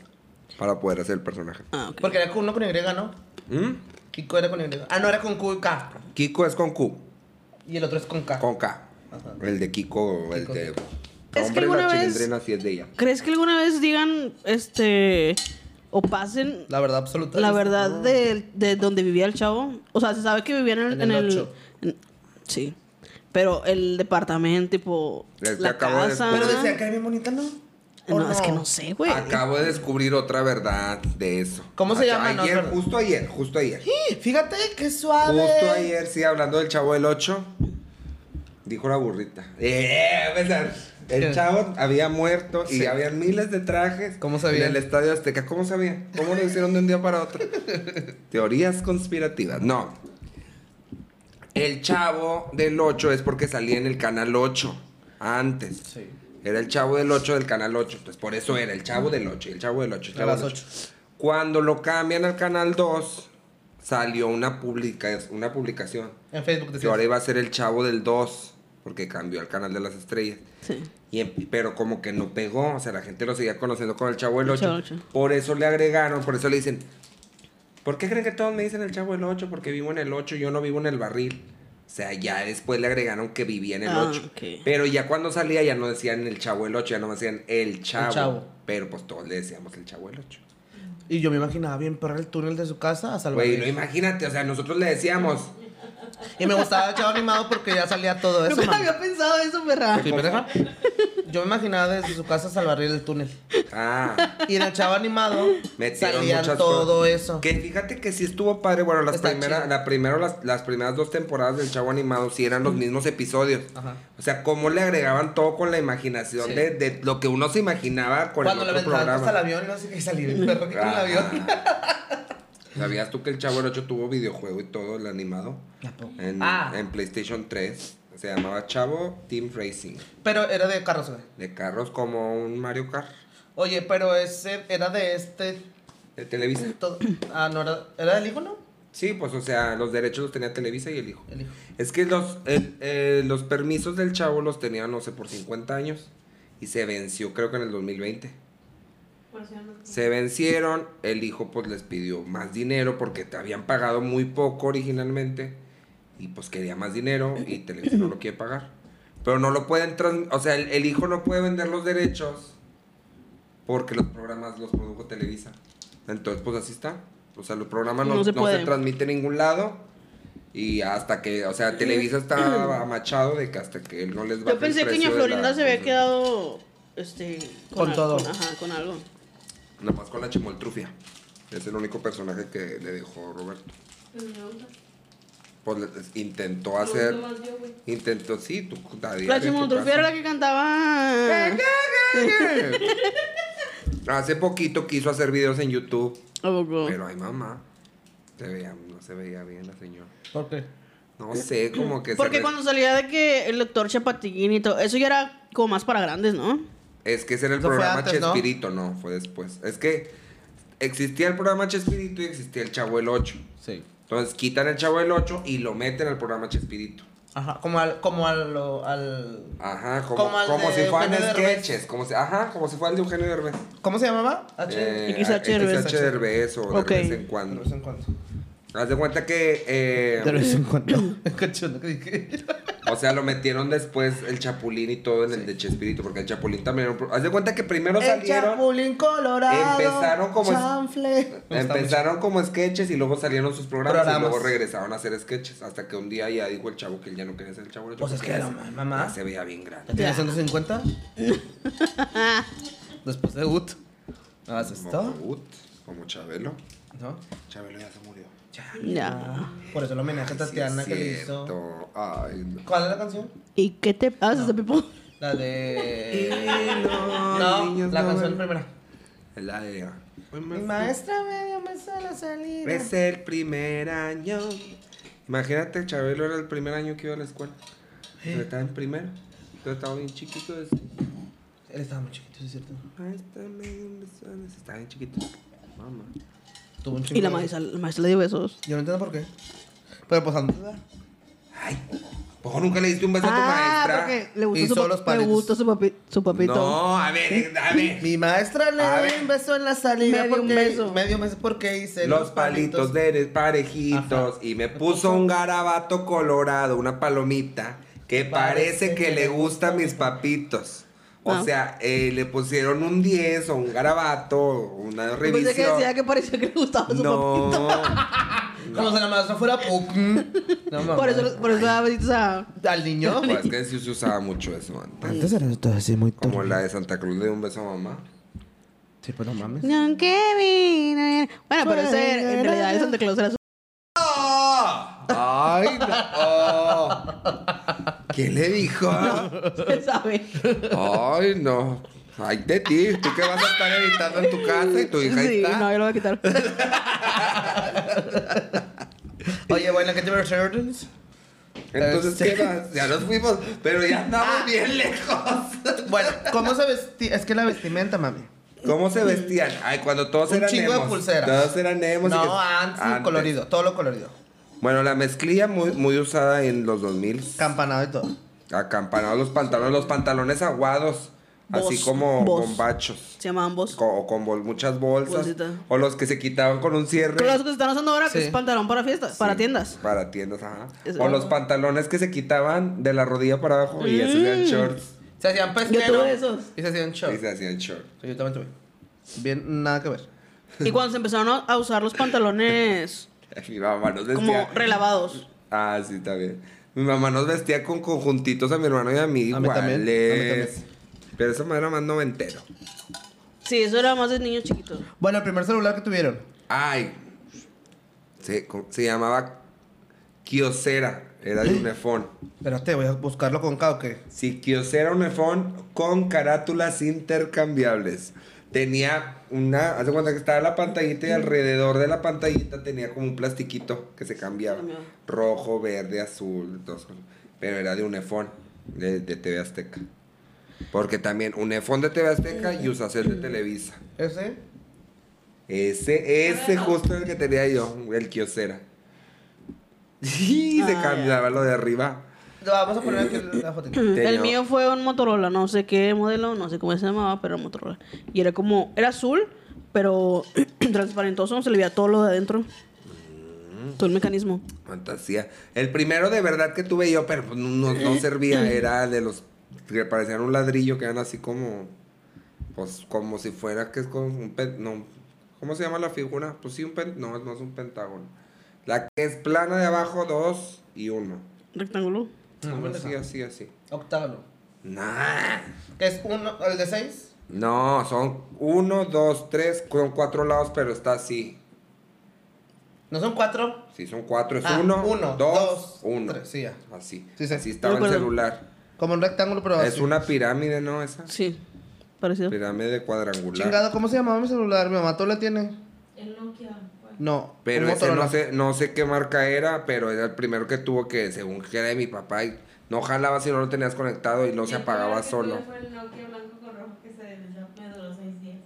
B: para poder hacer el personaje.
A: Ah, ok.
C: Porque era con uno con Y, ¿no?
B: ¿Mm?
C: Kiko era con Y. Ah, no, era con Q y K.
B: Kiko es con Q.
C: Y el otro es con K.
B: Con K. El de Kiko, el
C: Kiko.
B: de
A: ¿Es que
B: Hombre,
A: alguna
B: la
A: vez.
B: chilindrina sí es de ella.
A: ¿Crees que alguna vez digan, este. o pasen
C: La verdad absoluta.
A: la
C: es-
A: verdad
C: no.
A: de, de donde vivía el chavo? O sea, se sabe que vivían en,
C: En
A: en
C: el
A: el.
C: ocho.
A: en- sí. Pero el departamento, tipo.
B: Es que
A: la
B: acabo de-
A: casa.
B: Pero
C: Decía que era bien bonita, ¿no?
A: no,
C: ¿O
A: es que no sé, güey.
B: Acabo de descubrir otra verdad de eso.
C: Pues, ¿Cómo se
B: Ayer-
C: llama? No,
B: Ayer,
C: pero-
B: justo ayer, justo ayer.
C: Fíjate qué suave.
B: Justo ayer, sí, hablando del chavo del 8, dijo la burrita. Eh, o sea,
C: ¿Qué?
B: el chavo había muerto y
C: Sí.
B: había miles de trajes
C: ¿Cómo sabía?
B: en el Estadio Azteca. ¿Cómo sabía? ¿Cómo lo hicieron de un día para otro? Teorías conspirativas. No. El chavo del 8 es porque salía en el canal 8 antes.
C: Sí.
B: Era el chavo del 8 del canal 8. Pues por eso era el chavo del 8 y el chavo del 8.
C: A las 8.
B: Cuando lo cambian al canal 2, salió una, publica una publicación.
C: En Facebook
B: Que ahora
C: decías.
B: iba a ser el chavo del 2, porque cambió al canal de las estrellas.
A: Sí.
B: Y en- pero como que no pegó, o sea, la gente lo seguía conociendo con el chavo del
A: El Chavo
B: 8.
A: del Ocho.
B: Por eso le agregaron, por eso le dicen, ¿por qué creen que todos me dicen el chavo del 8? Porque vivo en el 8, yo no vivo en el barril. O sea, ya después le agregaron que vivía en el
A: Ah,
B: 8.
A: ok.
B: Pero ya cuando salía ya no decían el chavo del 8, ya no decían el chavo.
C: Chavo.
B: Pero pues todos le decíamos el chavo del 8.
C: Y yo me imaginaba bien perra el túnel de su casa a salvar.
B: Güey, no imagínate, o sea, nosotros le decíamos,
C: Y me gustaba el chavo animado porque ya salía todo eso.
A: Nunca
C: mami.
A: había pensado eso, perra.
C: Sí, pendeja. Yo me imaginaba desde su casa salvar el túnel.
B: ah,
C: Y en el chavo animado
B: metieron
C: salía
B: muchas
C: todo
B: cosas.
C: eso.
B: Que fíjate que sí estuvo padre, bueno, las
C: Está
B: primeras,
C: chido.
B: la primero, las, las primeras dos temporadas del Chavo Animado sí eran los mismos episodios.
C: Ajá.
B: O sea, cómo le agregaban todo con la imaginación
C: Ah. Sí.
B: de, de lo que uno se imaginaba con
C: Cuando
B: el
C: le
B: otro
C: aventaban
B: programa.
C: hasta el avión y no sé qué salir el perro que con el avión.
B: Ah. ¿Sabías tú que el Chavo el 8 tuvo videojuego y todo, el animado?
C: ¿A poco?
B: En,
C: Ah.
B: en PlayStation 3. Se llamaba Chavo Team Racing.
C: Pero era de carros, güey.
B: De carros como un Mario Kart
C: Oye, pero ese era de este.
B: de Televisa.
C: todo- Ah, no, era, ¿era del hijo, no?
B: Sí, pues o sea, los derechos los tenía Televisa y el hijo.
C: El hijo.
B: Es que los, el- eh, los permisos del chavo los tenía, no sé, por 50 años. Y se venció, creo que en el 2020.
D: Por si no-
B: Se vencieron, el hijo pues les pidió más dinero porque te habían pagado muy poco originalmente. Y pues quería más dinero y Televisa no lo quiere pagar. Pero no lo pueden trans- O sea, el, el hijo no puede vender los derechos porque los programas los produjo Televisa. Entonces, pues así está. O sea, los programas no,
A: No
B: no
A: se
B: se,
A: puede.
B: transmiten en ningún lado. Y hasta que, o sea, Televisa está amachado de que hasta que él no les va
A: Yo pensé que Ña Florinda se había quedado. Este.
C: Con
A: al-
C: todo.
A: ajá, con algo.
B: Nomás con la chimoltrufia. Es el único personaje que le dejó Roberto.
D: Pues me gusta.
B: Pues le- intentó
D: Me
B: hacer.
D: gusta más yo, güey.
B: Intentó, sí, tú. a diario
A: La
B: en tu
A: chimoltrufia
B: casa.
A: era la que cantaba.
B: Hace poquito quiso hacer videos en YouTube.
A: ¿A poco?
B: Pero ay, mamá. Se veía, no se veía bien la señora.
C: ¿Por qué?
B: No sé, como que. se
A: Porque
B: re-
A: cuando salía de que el doctor Chapatín y todo, eso ya era como más para grandes, ¿no?
B: Es que ese era el
C: Eso fue
B: programa
C: antes, ¿no?
B: Chespirito, ¿no? Fue después. Es que existía el programa Chespirito y existía el Chavo el 8.
C: Sí.
B: Entonces quitan el Chavo el 8 y lo meten al programa Chespirito.
C: Ajá, como al. Como al. lo- al-
B: Ajá, como,
C: Como al
B: como
C: de
B: si fueran
C: Eugenio Derbez.
B: sketches. Como si, ajá, como si fuera el de Eugenio Derbez.
C: ¿Cómo se llamaba? Ah, H.
A: XH
B: Eh, XH
A: Derbez.
B: Derbez o
A: Ok.
B: de vez en
C: De
B: cuando.
C: vez en cuando.
B: Haz de cuenta que, eh,
C: De vez en cuando. Cachondo que dije.
B: o sea, lo metieron después el Chapulín y todo en el de Chespirito, porque el Chapulín también era un pro- Haz de cuenta que primero
C: El
B: salieron,
C: chapulín colorado.
B: empezaron como es-
C: Chanfle.
B: empezaron como sketches y luego salieron sus programas, y
C: Programas.
B: luego regresaron a hacer sketches, hasta que un día ya dijo el chavo que él ya no quería ser el chavo.
C: Pues es que no, mamá.
B: Ya se veía bien grande.
C: ¿Ya tienes 150? Después de Ut. ¿No haces
B: Como,
C: esto?
B: Ut, como Chabelo.
C: ¿No?
B: Chabelo ya se murió.
A: Ya.
C: Por eso el homenaje
B: Ay,
C: a
B: sí es
C: Tatiana que le hizo.
B: cierto. Ay, no.
C: ¿Cuál es la canción?
A: ¿Y qué te pasa, Pipo?
C: La de.
B: no,
C: No,
B: niños,
C: la
B: no,
C: canción
B: no.
C: primera.
B: Es la de...
C: Mi maestra me dio mesa a la salida.
B: Es el primer año. Imagínate, Chabelo era el primer año que iba a la escuela. Yo estaba en primero. Yo estaba bien chiquito. es-
C: Él estaba muy chiquito, sí, es cierto.
B: Maestra, me dio un beso en el- Estaba bien chiquito. Mamá.
C: Tuvo un chingo
A: Y la
C: de-
A: maestra, la maestra le dio besos.
C: Yo no entiendo por qué. Pero pues antes.
B: Ay, ¿poco nunca le diste un beso a tu maestra?
A: Ah, porque le gustó,
C: Hizo
A: su, pap-
C: los
A: le
C: palitos.
A: gustó su, papi- su papito.
B: No, a ver, a ver.
C: Mi maestra le
B: A
C: dio
B: ver.
C: un beso en la salida.
A: Me dio un
C: porque-
A: beso.
C: Me dio un beso porque
A: este,
C: hice.
B: Los palitos de eres parejitos
C: Ajá.
B: y me puso un garabato colorado, una palomita que parece que le gustan mis papitos. O
A: Ah.
B: sea, eh, le pusieron un 10 o un garabato, o una
A: Yo Pensé que
B: revisión.
A: decía que parecía que le gustaba su
B: no.
C: Como si nada más fuera Puck. No mames.
A: Por eso, por eso daba besitos a.
C: Al niño.
B: Pues es que sí se usaba mucho eso antes.
C: Antes eran todos así muy
B: Como la de Santa Cruz le dio un beso a mamá.
C: Sí, pues no mames.
A: Don Kevin. eh. Bueno, pero ese era- en realidad es Santa Claus era su.
B: ¡Ay, no! ¿Qué le dijo?
A: Se sabe.
B: ¡Ay, no! ¡Ay, de ti! ¿Tú qué vas a estar editando en tu casa y tu hija
A: Sí,
B: está?
A: no, yo lo voy a quitar.
C: Oye, bueno, ¿qué te parece?
B: Entonces, ¿qué vas? Ya nos fuimos, pero ya andamos bien lejos.
C: Bueno, ¿cómo se vestía? Es que la vestimenta, mami.
B: ¿Cómo se vestían? Ay, cuando todos
C: Un
B: eran
C: chingo de
B: emos.
C: pulseras.
B: Todos eran emos. y que-
C: No, antes, colorido, todo lo colorido.
B: Bueno, la mezclilla muy, muy usada en los 2000.
C: Campanado y todo.
B: Acampanados los pantalones, los pantalones aguados. así
A: Bos-
B: como
A: bos.
B: bombachos.
A: Se llamaban Boss.
B: co- o con bol- muchas bolsas.
A: Bolsita.
B: O los que se quitaban con un cierre.
A: Pero los que se están usando ahora que
C: Sí.
A: es pantalón para fiestas, para
B: Sí,
A: tiendas.
B: Para tiendas, ajá.
A: Es-
B: O los pantalones que se quitaban de la rodilla para abajo y se
A: Mm.
B: hacían shorts.
C: Se hacían pesqueros.
A: Yo tuve esos.
C: Y se hacían
B: Y
C: shorts.
B: se hacían shorts.
C: Yo también tuve. Bien, nada que ver.
A: Y cuando se empezaron a- a usar los pantalones
B: Mi mamá nos
A: como
B: decía.
A: relavados.
B: Ah, sí, también. Mi mamá nos vestía con conjuntitos a mi hermano y a mí
C: A mí también, a mí
B: iguales.
C: también.
B: Pero esa madre era más noventero.
A: Sí, eso era más de niños chiquitos.
C: Bueno, el primer celular que tuvieron.
B: Ay. Se, co- se llamaba Kiosera. Era de Unifón.
C: Espérate, voy a buscarlo con K o qué.
B: Sí, Kiosera Unifón con carátulas intercambiables. Tenía una. Hace cuenta que estaba la pantallita y alrededor de la pantallita tenía como un plastiquito que se cambiaba.
A: Cambiaba.
B: Rojo, verde, azul, dos cosas. Pero era de Unifón, de, de TV Azteca. Porque también Unifón de TV Azteca y Usacel de Televisa.
C: ¿Ese?
B: Ese, ese justo el que tenía yo, el kiosera. Y se
A: Ah,
B: cambiaba lo de arriba.
C: Lo vamos a poner aquí la fotito.
B: Tenía-
A: El mío fue un Motorola, no sé qué modelo, no sé cómo se llamaba, pero era Motorola. Y era como, era azul, pero transparentoso, se le veía todo lo de adentro.
B: Mm.
A: Todo el mecanismo.
B: Fantasía. El primero de verdad que tuve yo, pero pues, no, no
C: ¿Eh?
B: servía, era de los que parecían un ladrillo, que eran así como. Pues como si fuera que es como un pen- no, ¿Cómo se llama la figura? Pues sí, un pen- no, no es un pentágono. La que es plana de abajo, dos y uno.
A: Rectángulo.
C: Ah,
B: así, así, así.
C: Octavo.
B: Nah.
C: ¿Qué es uno, el de seis?
B: No, son uno, dos, tres, con cuatro lados, pero está así.
C: ¿No son cuatro?
B: Si son cuatro, es
C: Ah,
B: uno,
C: uno,
B: dos,
C: dos,
B: uno.
C: tres, sí, ya.
B: Así.
C: Sí, sí.
B: Así estaba
A: Me
B: el
A: acuerdo.
B: celular.
C: Como un rectángulo, pero
B: Es
C: así.
B: una pirámide, ¿no? Esa.
A: Sí, parecido.
B: Pirámide cuadrangular.
C: Chingado, ¿cómo se llamaba mi celular? Mi mamá todavía tiene.
D: El Nokia. ¿cuál?
C: No.
B: Pero
C: un
B: ese no
C: Motorola.
B: sé, no sé qué marca era, pero era el primero que tuvo que, según que era de mi papá, y no jalaba si no lo tenías conectado y no se
D: El
B: apagaba
D: primero que
B: solo.
D: tuve Fue el Nokia blanco con rojo que se deslizó. Me duró seis días.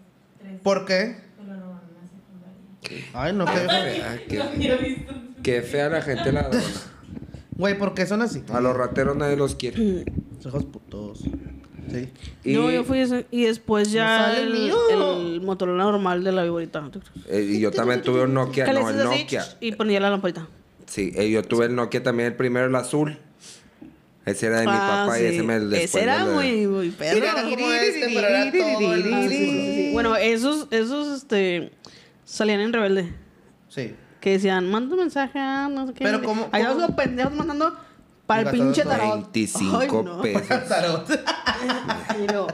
D: Tres.
C: ¿Por qué?
D: Me lo robaron en la secundaria.
C: Ay, no,
B: Qué
C: qué.
B: fea,
D: Lo
B: qué,
D: había visto.
B: qué fea la gente ladrona.
C: Güey, ¿por qué son así?
B: A los rateros nadie los quiere.
C: Hijos putos. Sí.
B: Y-
A: No, yo fui ese- y después
C: ¿No
A: ya
C: sale el
A: el,
C: mío?
A: el Motorola normal de la viborita.
B: Eh, Y yo también tuve un Nokia,
A: Que le
B: no, el
A: haces así,
B: Nokia.
A: Y ponía la lamparita.
B: Sí, eh, yo tuve el Nokia también, el primero, el azul. Ese era de mi
A: Ah,
B: papá y ese
A: sí.
B: me después
A: Ese
B: me
A: era
B: lo-
A: muy, muy perro.
C: Mira, era como este, pero era todo el
A: Ah, sí, sí, sí, sí. Bueno, esos, esos, este, salían en Rebelde.
C: Sí.
A: Que decían, manda un mensaje, ah, no sé qué.
C: Pero ¿cómo-
A: Allá
C: cómo?
A: los pendejos mandando para el
C: Y gastando
A: pinche
C: todo.
A: tarot.
B: 25
A: Ay, no.
B: pesos.
C: Tarot.
A: Y luego,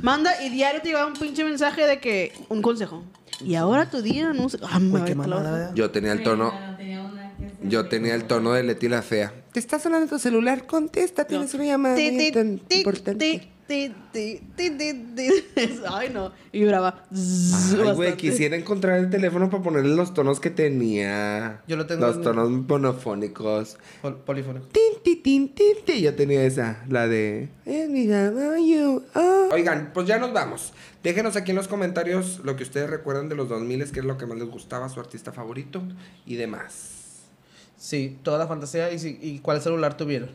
A: manda y diario te llegaba un pinche mensaje de que, un consejo. Y ahora tu día, no sé. Ah, me
C: Güey, qué
A: va a clavar.
C: mamada, ¿eh? ¿verdad?
B: Yo tenía el tono,
D: Bueno, tenía una que se-
B: yo tenía el tono de Leti la fea. Te está sonando tu celular, contesta, tienes una llamada
A: Ti, ti,
B: tan
A: ti,
B: importante.
A: ti, ti, ti, ti, ti, ti. Ay, no. Y vibraba. zzz,
B: Ay, güey,
A: bastante.
B: quisiera encontrar el teléfono para ponerle los tonos que tenía.
C: Yo lo tengo
B: Los
C: en-
B: tonos monofónicos.
C: Pol- Polifónico.
B: Tin, ti, tin, tin, ti. Yo tenía esa, la de. "Eh, mi mamá, you are". Oigan, pues ya nos vamos. Déjenos aquí en los comentarios lo que ustedes recuerdan de los 2000, qué es lo que más les gustaba, su artista favorito y demás.
C: Sí, toda la fantasía y, si- y cuál celular tuvieron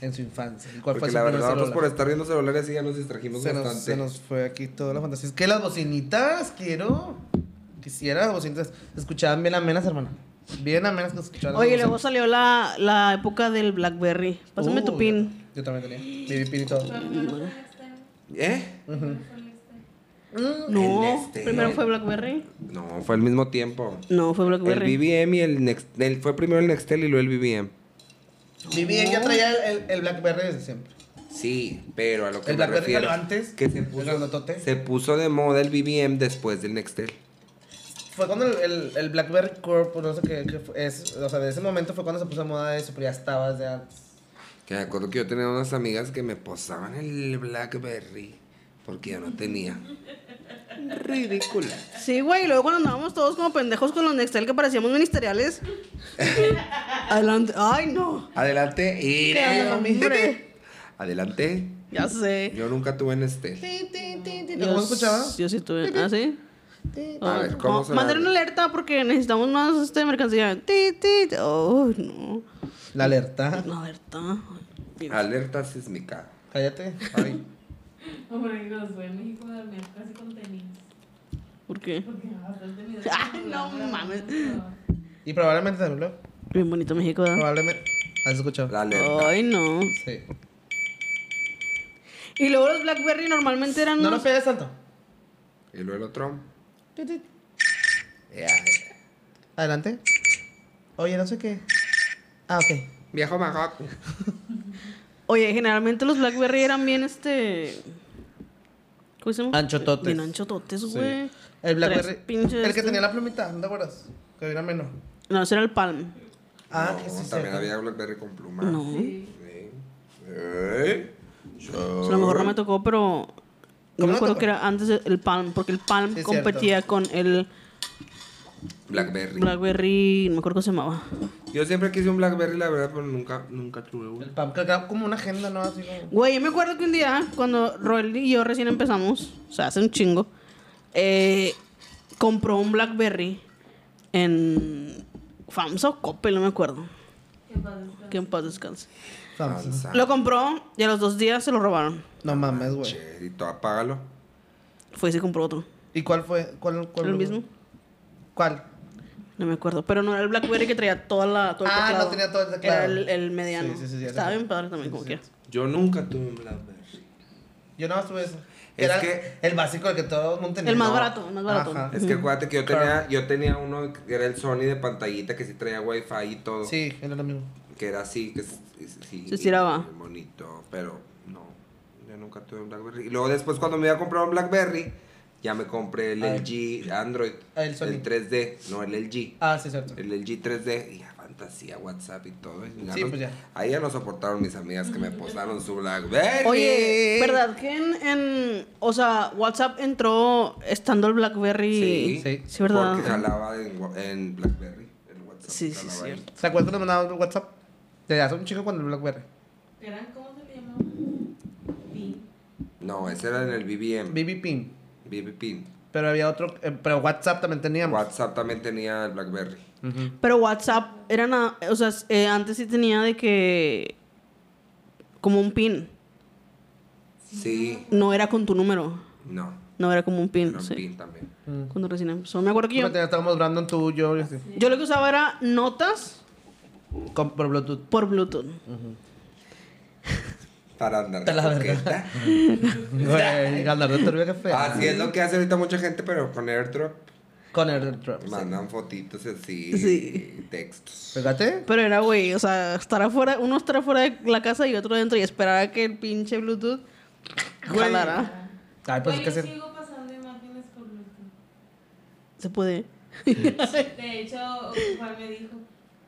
C: en su infancia. ¿Y cuál
B: Porque
C: fue
B: la
C: su primer
B: verdad, nosotros
C: celular?
B: por estar viendo celulares sí ya nos distrajimos
C: se, nos,
B: bastante.
C: se nos fue aquí toda la fantasía. Es que las bocinitas, quiero. Quisiera las bocinitas. Se escuchaban bien amenas, hermano. Bien amenas que se escuchaban. las
A: Oye, luego
C: bocinas.
A: salió la, la época del Blackberry. Pásame tu
C: Uy,
A: pin.
C: Yo también tenía. Mi pin y todo.
D: Pero no fue un externo.
B: ¿Eh?
C: Mm.
A: No,
B: El este,
A: primero
B: el-
A: fue Blackberry.
B: No, fue al mismo tiempo.
A: No, fue
B: El
A: Blackberry.
B: BBM y el Next. el- fue primero el Nextel y luego el BBM.
C: Vivi ya traía el, el, el Blackberry desde siempre.
B: Sí, pero a lo que me
C: El Blackberry
B: refiero.
C: salió antes,
B: Que se
C: el
B: puso,
C: grandotote.
B: se puso de moda el BBM después del Nextel.
C: Fue cuando el, el, el Blackberry Corp, no sé qué, qué fue, es, o sea, de ese momento fue cuando se puso de moda eso, pero ya estabas de antes.
B: Que me acuerdo que yo tenía unas amigas que me posaban el Blackberry. Porque yo no tenía. Ridícula.
A: Sí, güey, y luego cuando andábamos todos como pendejos con los Nextel que parecíamos ministeriales. Adelante. Ay, no.
B: Adelante.
A: ¿Qué onda,
B: Irene.
A: hombre?
B: Adelante.
A: Ya sé.
B: Yo nunca tuve Nextel.
C: ¿Cómo escuchaba?
A: Yo sí tuve. Ah, sí.
B: A ver, ¿cómo
A: Oh,
B: se
A: Manden una
B: abre?
A: alerta porque necesitamos más este, mercancía. Ti, ti, ti. Oh, no.
C: La alerta.
A: Una alerta.
B: Alerta sísmica.
C: Cállate. Ay.
D: Hombre, los fue en México a dormir casi con tenis.
A: ¿Por qué?
D: Porque bastante miedo.
B: Ah.
A: Ay, no mames.
C: Y probablemente también lo.
A: Bien bonito México, ¿verdad?
C: Probablemente. ¿Has escuchado?
B: La alerta.
A: Ay, no.
C: Sí.
A: Y luego los Blackberry normalmente eran.
C: No
A: unos-
C: nos pegues tanto.
B: Y luego el otro. Ya.
C: Adelante. Oye, no sé qué. Ah, ok.
B: Viejo majaco.
A: Oye, generalmente los Blackberry eran bien este. ¿Cómo se llama?
C: Anchototes.
A: Bien anchototes, güey.
C: El Blackberry.
A: Tres pinches
C: El que
A: de- este.
C: tenía la plumita, ¿no te acuerdas? Que era menos.
A: No, ese era el Palm.
C: Ah,
B: No,
C: que sí,
B: También
C: sí.
B: había Blackberry con
C: Ah,
B: pluma.
A: No.
B: Sí. ¿Eh? Yo-
A: O sea, a lo mejor no me tocó, pero. No
C: ¿Cómo no
A: me acuerdo
C: tocó?
A: que era antes de- el Palm, porque el Palm
C: Sí, es
A: competía con el
B: Blackberry.
A: Blackberry. No me acuerdo cómo se llamaba.
B: Yo siempre quise un Blackberry, la verdad, pero nunca, nunca tuve uno.
C: El pam, que era como una agenda, ¿no? Así como.
A: Güey, yo me acuerdo que un día, cuando Roel y yo recién empezamos, o sea, hace un chingo, eh, compró un Blackberry en FAMSA o Coppel, no me acuerdo.
D: Qué padre.
A: Que en paz descanse.
C: Samsung.
B: Lanza.
A: Lo compró y a los dos días se lo robaron.
C: No mames, güey.
B: Che, Y todo, apágalo.
A: Fue y se compró otro.
C: ¿Y cuál fue? ¿Cuál? cuál
A: ¿El mismo?
C: ¿Cuál?
A: No me acuerdo. Pero no era el Blackberry que traía toda la, todo el
C: Ah, no
A: teclado.
C: tenía todo el teclado.
A: Era el, el mediano.
C: Sí, sí, sí, ya
A: Estaba
C: sé.
A: bien padre también,
C: Sí,
A: como
C: sí,
A: quiera.
C: sí.
B: Yo nunca tuve un Blackberry.
C: Yo nada más tuve ese.
B: Es
C: era
B: que-
C: el básico, el que todo el mundo tenía.
A: El más barato, el más barato.
C: Ajá.
B: Es que acuérdate que yo tenía, yo tenía uno que era el Sony de pantallita que sí traía wifi y todo.
C: Sí, era lo mismo.
B: Que era así, que es- es- sí,
A: Se estiraba.
B: y Bonito, pero no. Yo nunca tuve un Blackberry. Y luego después cuando me iba a comprar un Blackberry, ya me compré el
C: Ah.
B: LG Android.
C: Ah, el Sony.
B: 3D, no el LG.
C: Ah, sí, cierto.
B: El LG 3D, y ya fantasía, WhatsApp y todo. y ya
C: Sí,
B: nos-
C: pues ya.
B: Ahí ya no soportaron mis amigas que me posaron su Blackberry.
A: Oye, ¿verdad que en, en- O sea, WhatsApp entró estando el Blackberry.
B: Sí,
C: Sí.
A: Sí, ¿verdad?
B: Porque jalaba en, wa- en Blackberry. El WhatsApp
A: Sí, sí,
B: jalaba ahí.
A: cierto.
C: ¿Se acuerdan cuando mandaban un WhatsApp? Te hace un chico cuando el Blackberry.
D: ¿Eran cómo se le llamaba? Pin.
B: No, ese era en el BBM.
C: BB Pin.
B: BB Pin.
C: Pero había otro. eh, pero WhatsApp también teníamos.
B: WhatsApp también tenía el Blackberry.
C: Ujú.
A: Pero WhatsApp era nada. O sea, eh, antes sí tenía de que. Como un pin.
B: Sí,
A: No era con tu número.
B: no.
A: No era como un pin.
B: Era un
A: sí.
B: pin también.
A: Cuando recién empezó. Me acuerdo que yo.
C: Pero tenía- Estábamos Brandon, tú, yo y así.
A: Yo lo que usaba era notas
C: Con- por Bluetooth.
A: por Bluetooth.
B: Para andar.
C: Te la
B: de
C: verdad.
B: coqueta.
C: Güey, ganar de turbio que fea.
B: Así es lo que hace ahorita mucha gente, pero con AirDrop
C: Con el trap.
B: mandan fotitos y así.
A: Sí.
B: Textos.
C: Fíjate.
A: Pero era, güey, o sea, estar afuera, uno estar afuera de la casa y otro dentro y esperar a que el pinche Bluetooth
C: Güey.
A: jalara.
C: Ay, pues es que
D: Oye,
C: se.
D: sigo pasando imágenes por Bluetooth.
A: Se puede.
D: De hecho, Juan me dijo,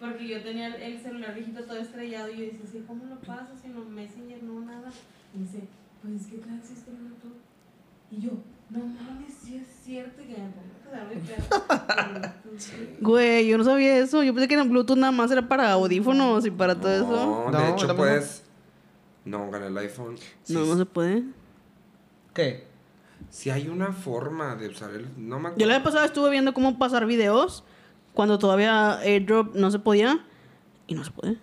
D: porque yo tenía el- el celular viejito todo estrellado y yo decía, sí, ¿cómo lo paso? Si no Messenger, no nada. Y dice, pues es que claro existe Bluetooth. Y yo, no mames, sí es cierto. Y que me pongo a quedarme pegada.
A: Güey, yo no sabía eso. Yo pensé que en Bluetooth nada más era para audífonos y para todo eso.
B: No,
C: No,
B: de hecho,
C: tampoco.
B: pues. No, gané el iPhone. Sí,
A: No, no se puede.
C: ¿Qué?
B: Si hay una forma de usar el. No me
A: Yo la vez pasada estuve viendo cómo pasar videos cuando todavía AirDrop no se podía y no se puede.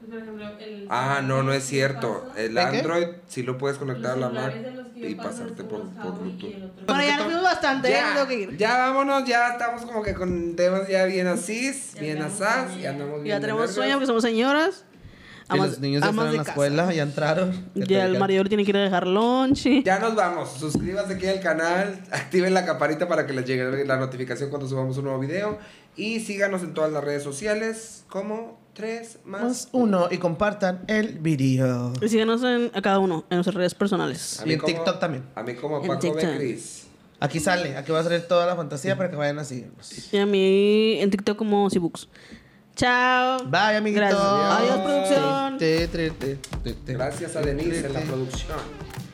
D: Pues, por ejemplo, el
B: Ah, no, no es
D: Paso,
B: cierto. El
C: ¿De qué?
B: Android sí lo puedes
D: los
B: conectar a la Mac
D: celulares de los que yo
B: y
D: paso
B: pasarte
D: son
B: por,
D: los
B: por
D: Huawei y el
B: Bluetooth.
D: otro-
A: Bueno, ya nos vimos bastante, ya, me tengo
B: Ya,
A: que ir.
B: ya vámonos, ya estamos como que con temas ya bien así,
D: Ya
B: bien
D: andamos
B: asaz,
D: bien.
B: ya andamos bien.
A: Ya
B: de
A: tenemos pues.
B: vergas.
A: sueño porque somos señoras.
C: Y los niños ya están en la
A: casa.
C: escuela, ya entraron.
A: Ya el marido le tiene que ir a dejar lonche.
B: Ya nos vamos. Suscríbanse aquí al canal, activen la campanita para que les llegue la notificación cuando subamos un nuevo video y síganos en todas las redes sociales como 3 más
C: Más uno y compartan el video.
A: Y síganos en, a cada uno en nuestras redes personales.
B: A mí
C: Y en
B: como-
C: TikTok también.
B: A mí como
A: En
B: Paco
A: TikTok.
B: de Cris.
C: Aquí sale, aquí va a salir toda la fantasía para que vayan a seguirnos.
A: Y a mí en TikTok como Cibux. Chao.
C: Bye, amiguitos.
A: Gracias. Adiós, producción.
C: Te, te, te, te, te.
B: Gracias a Denise en la producción.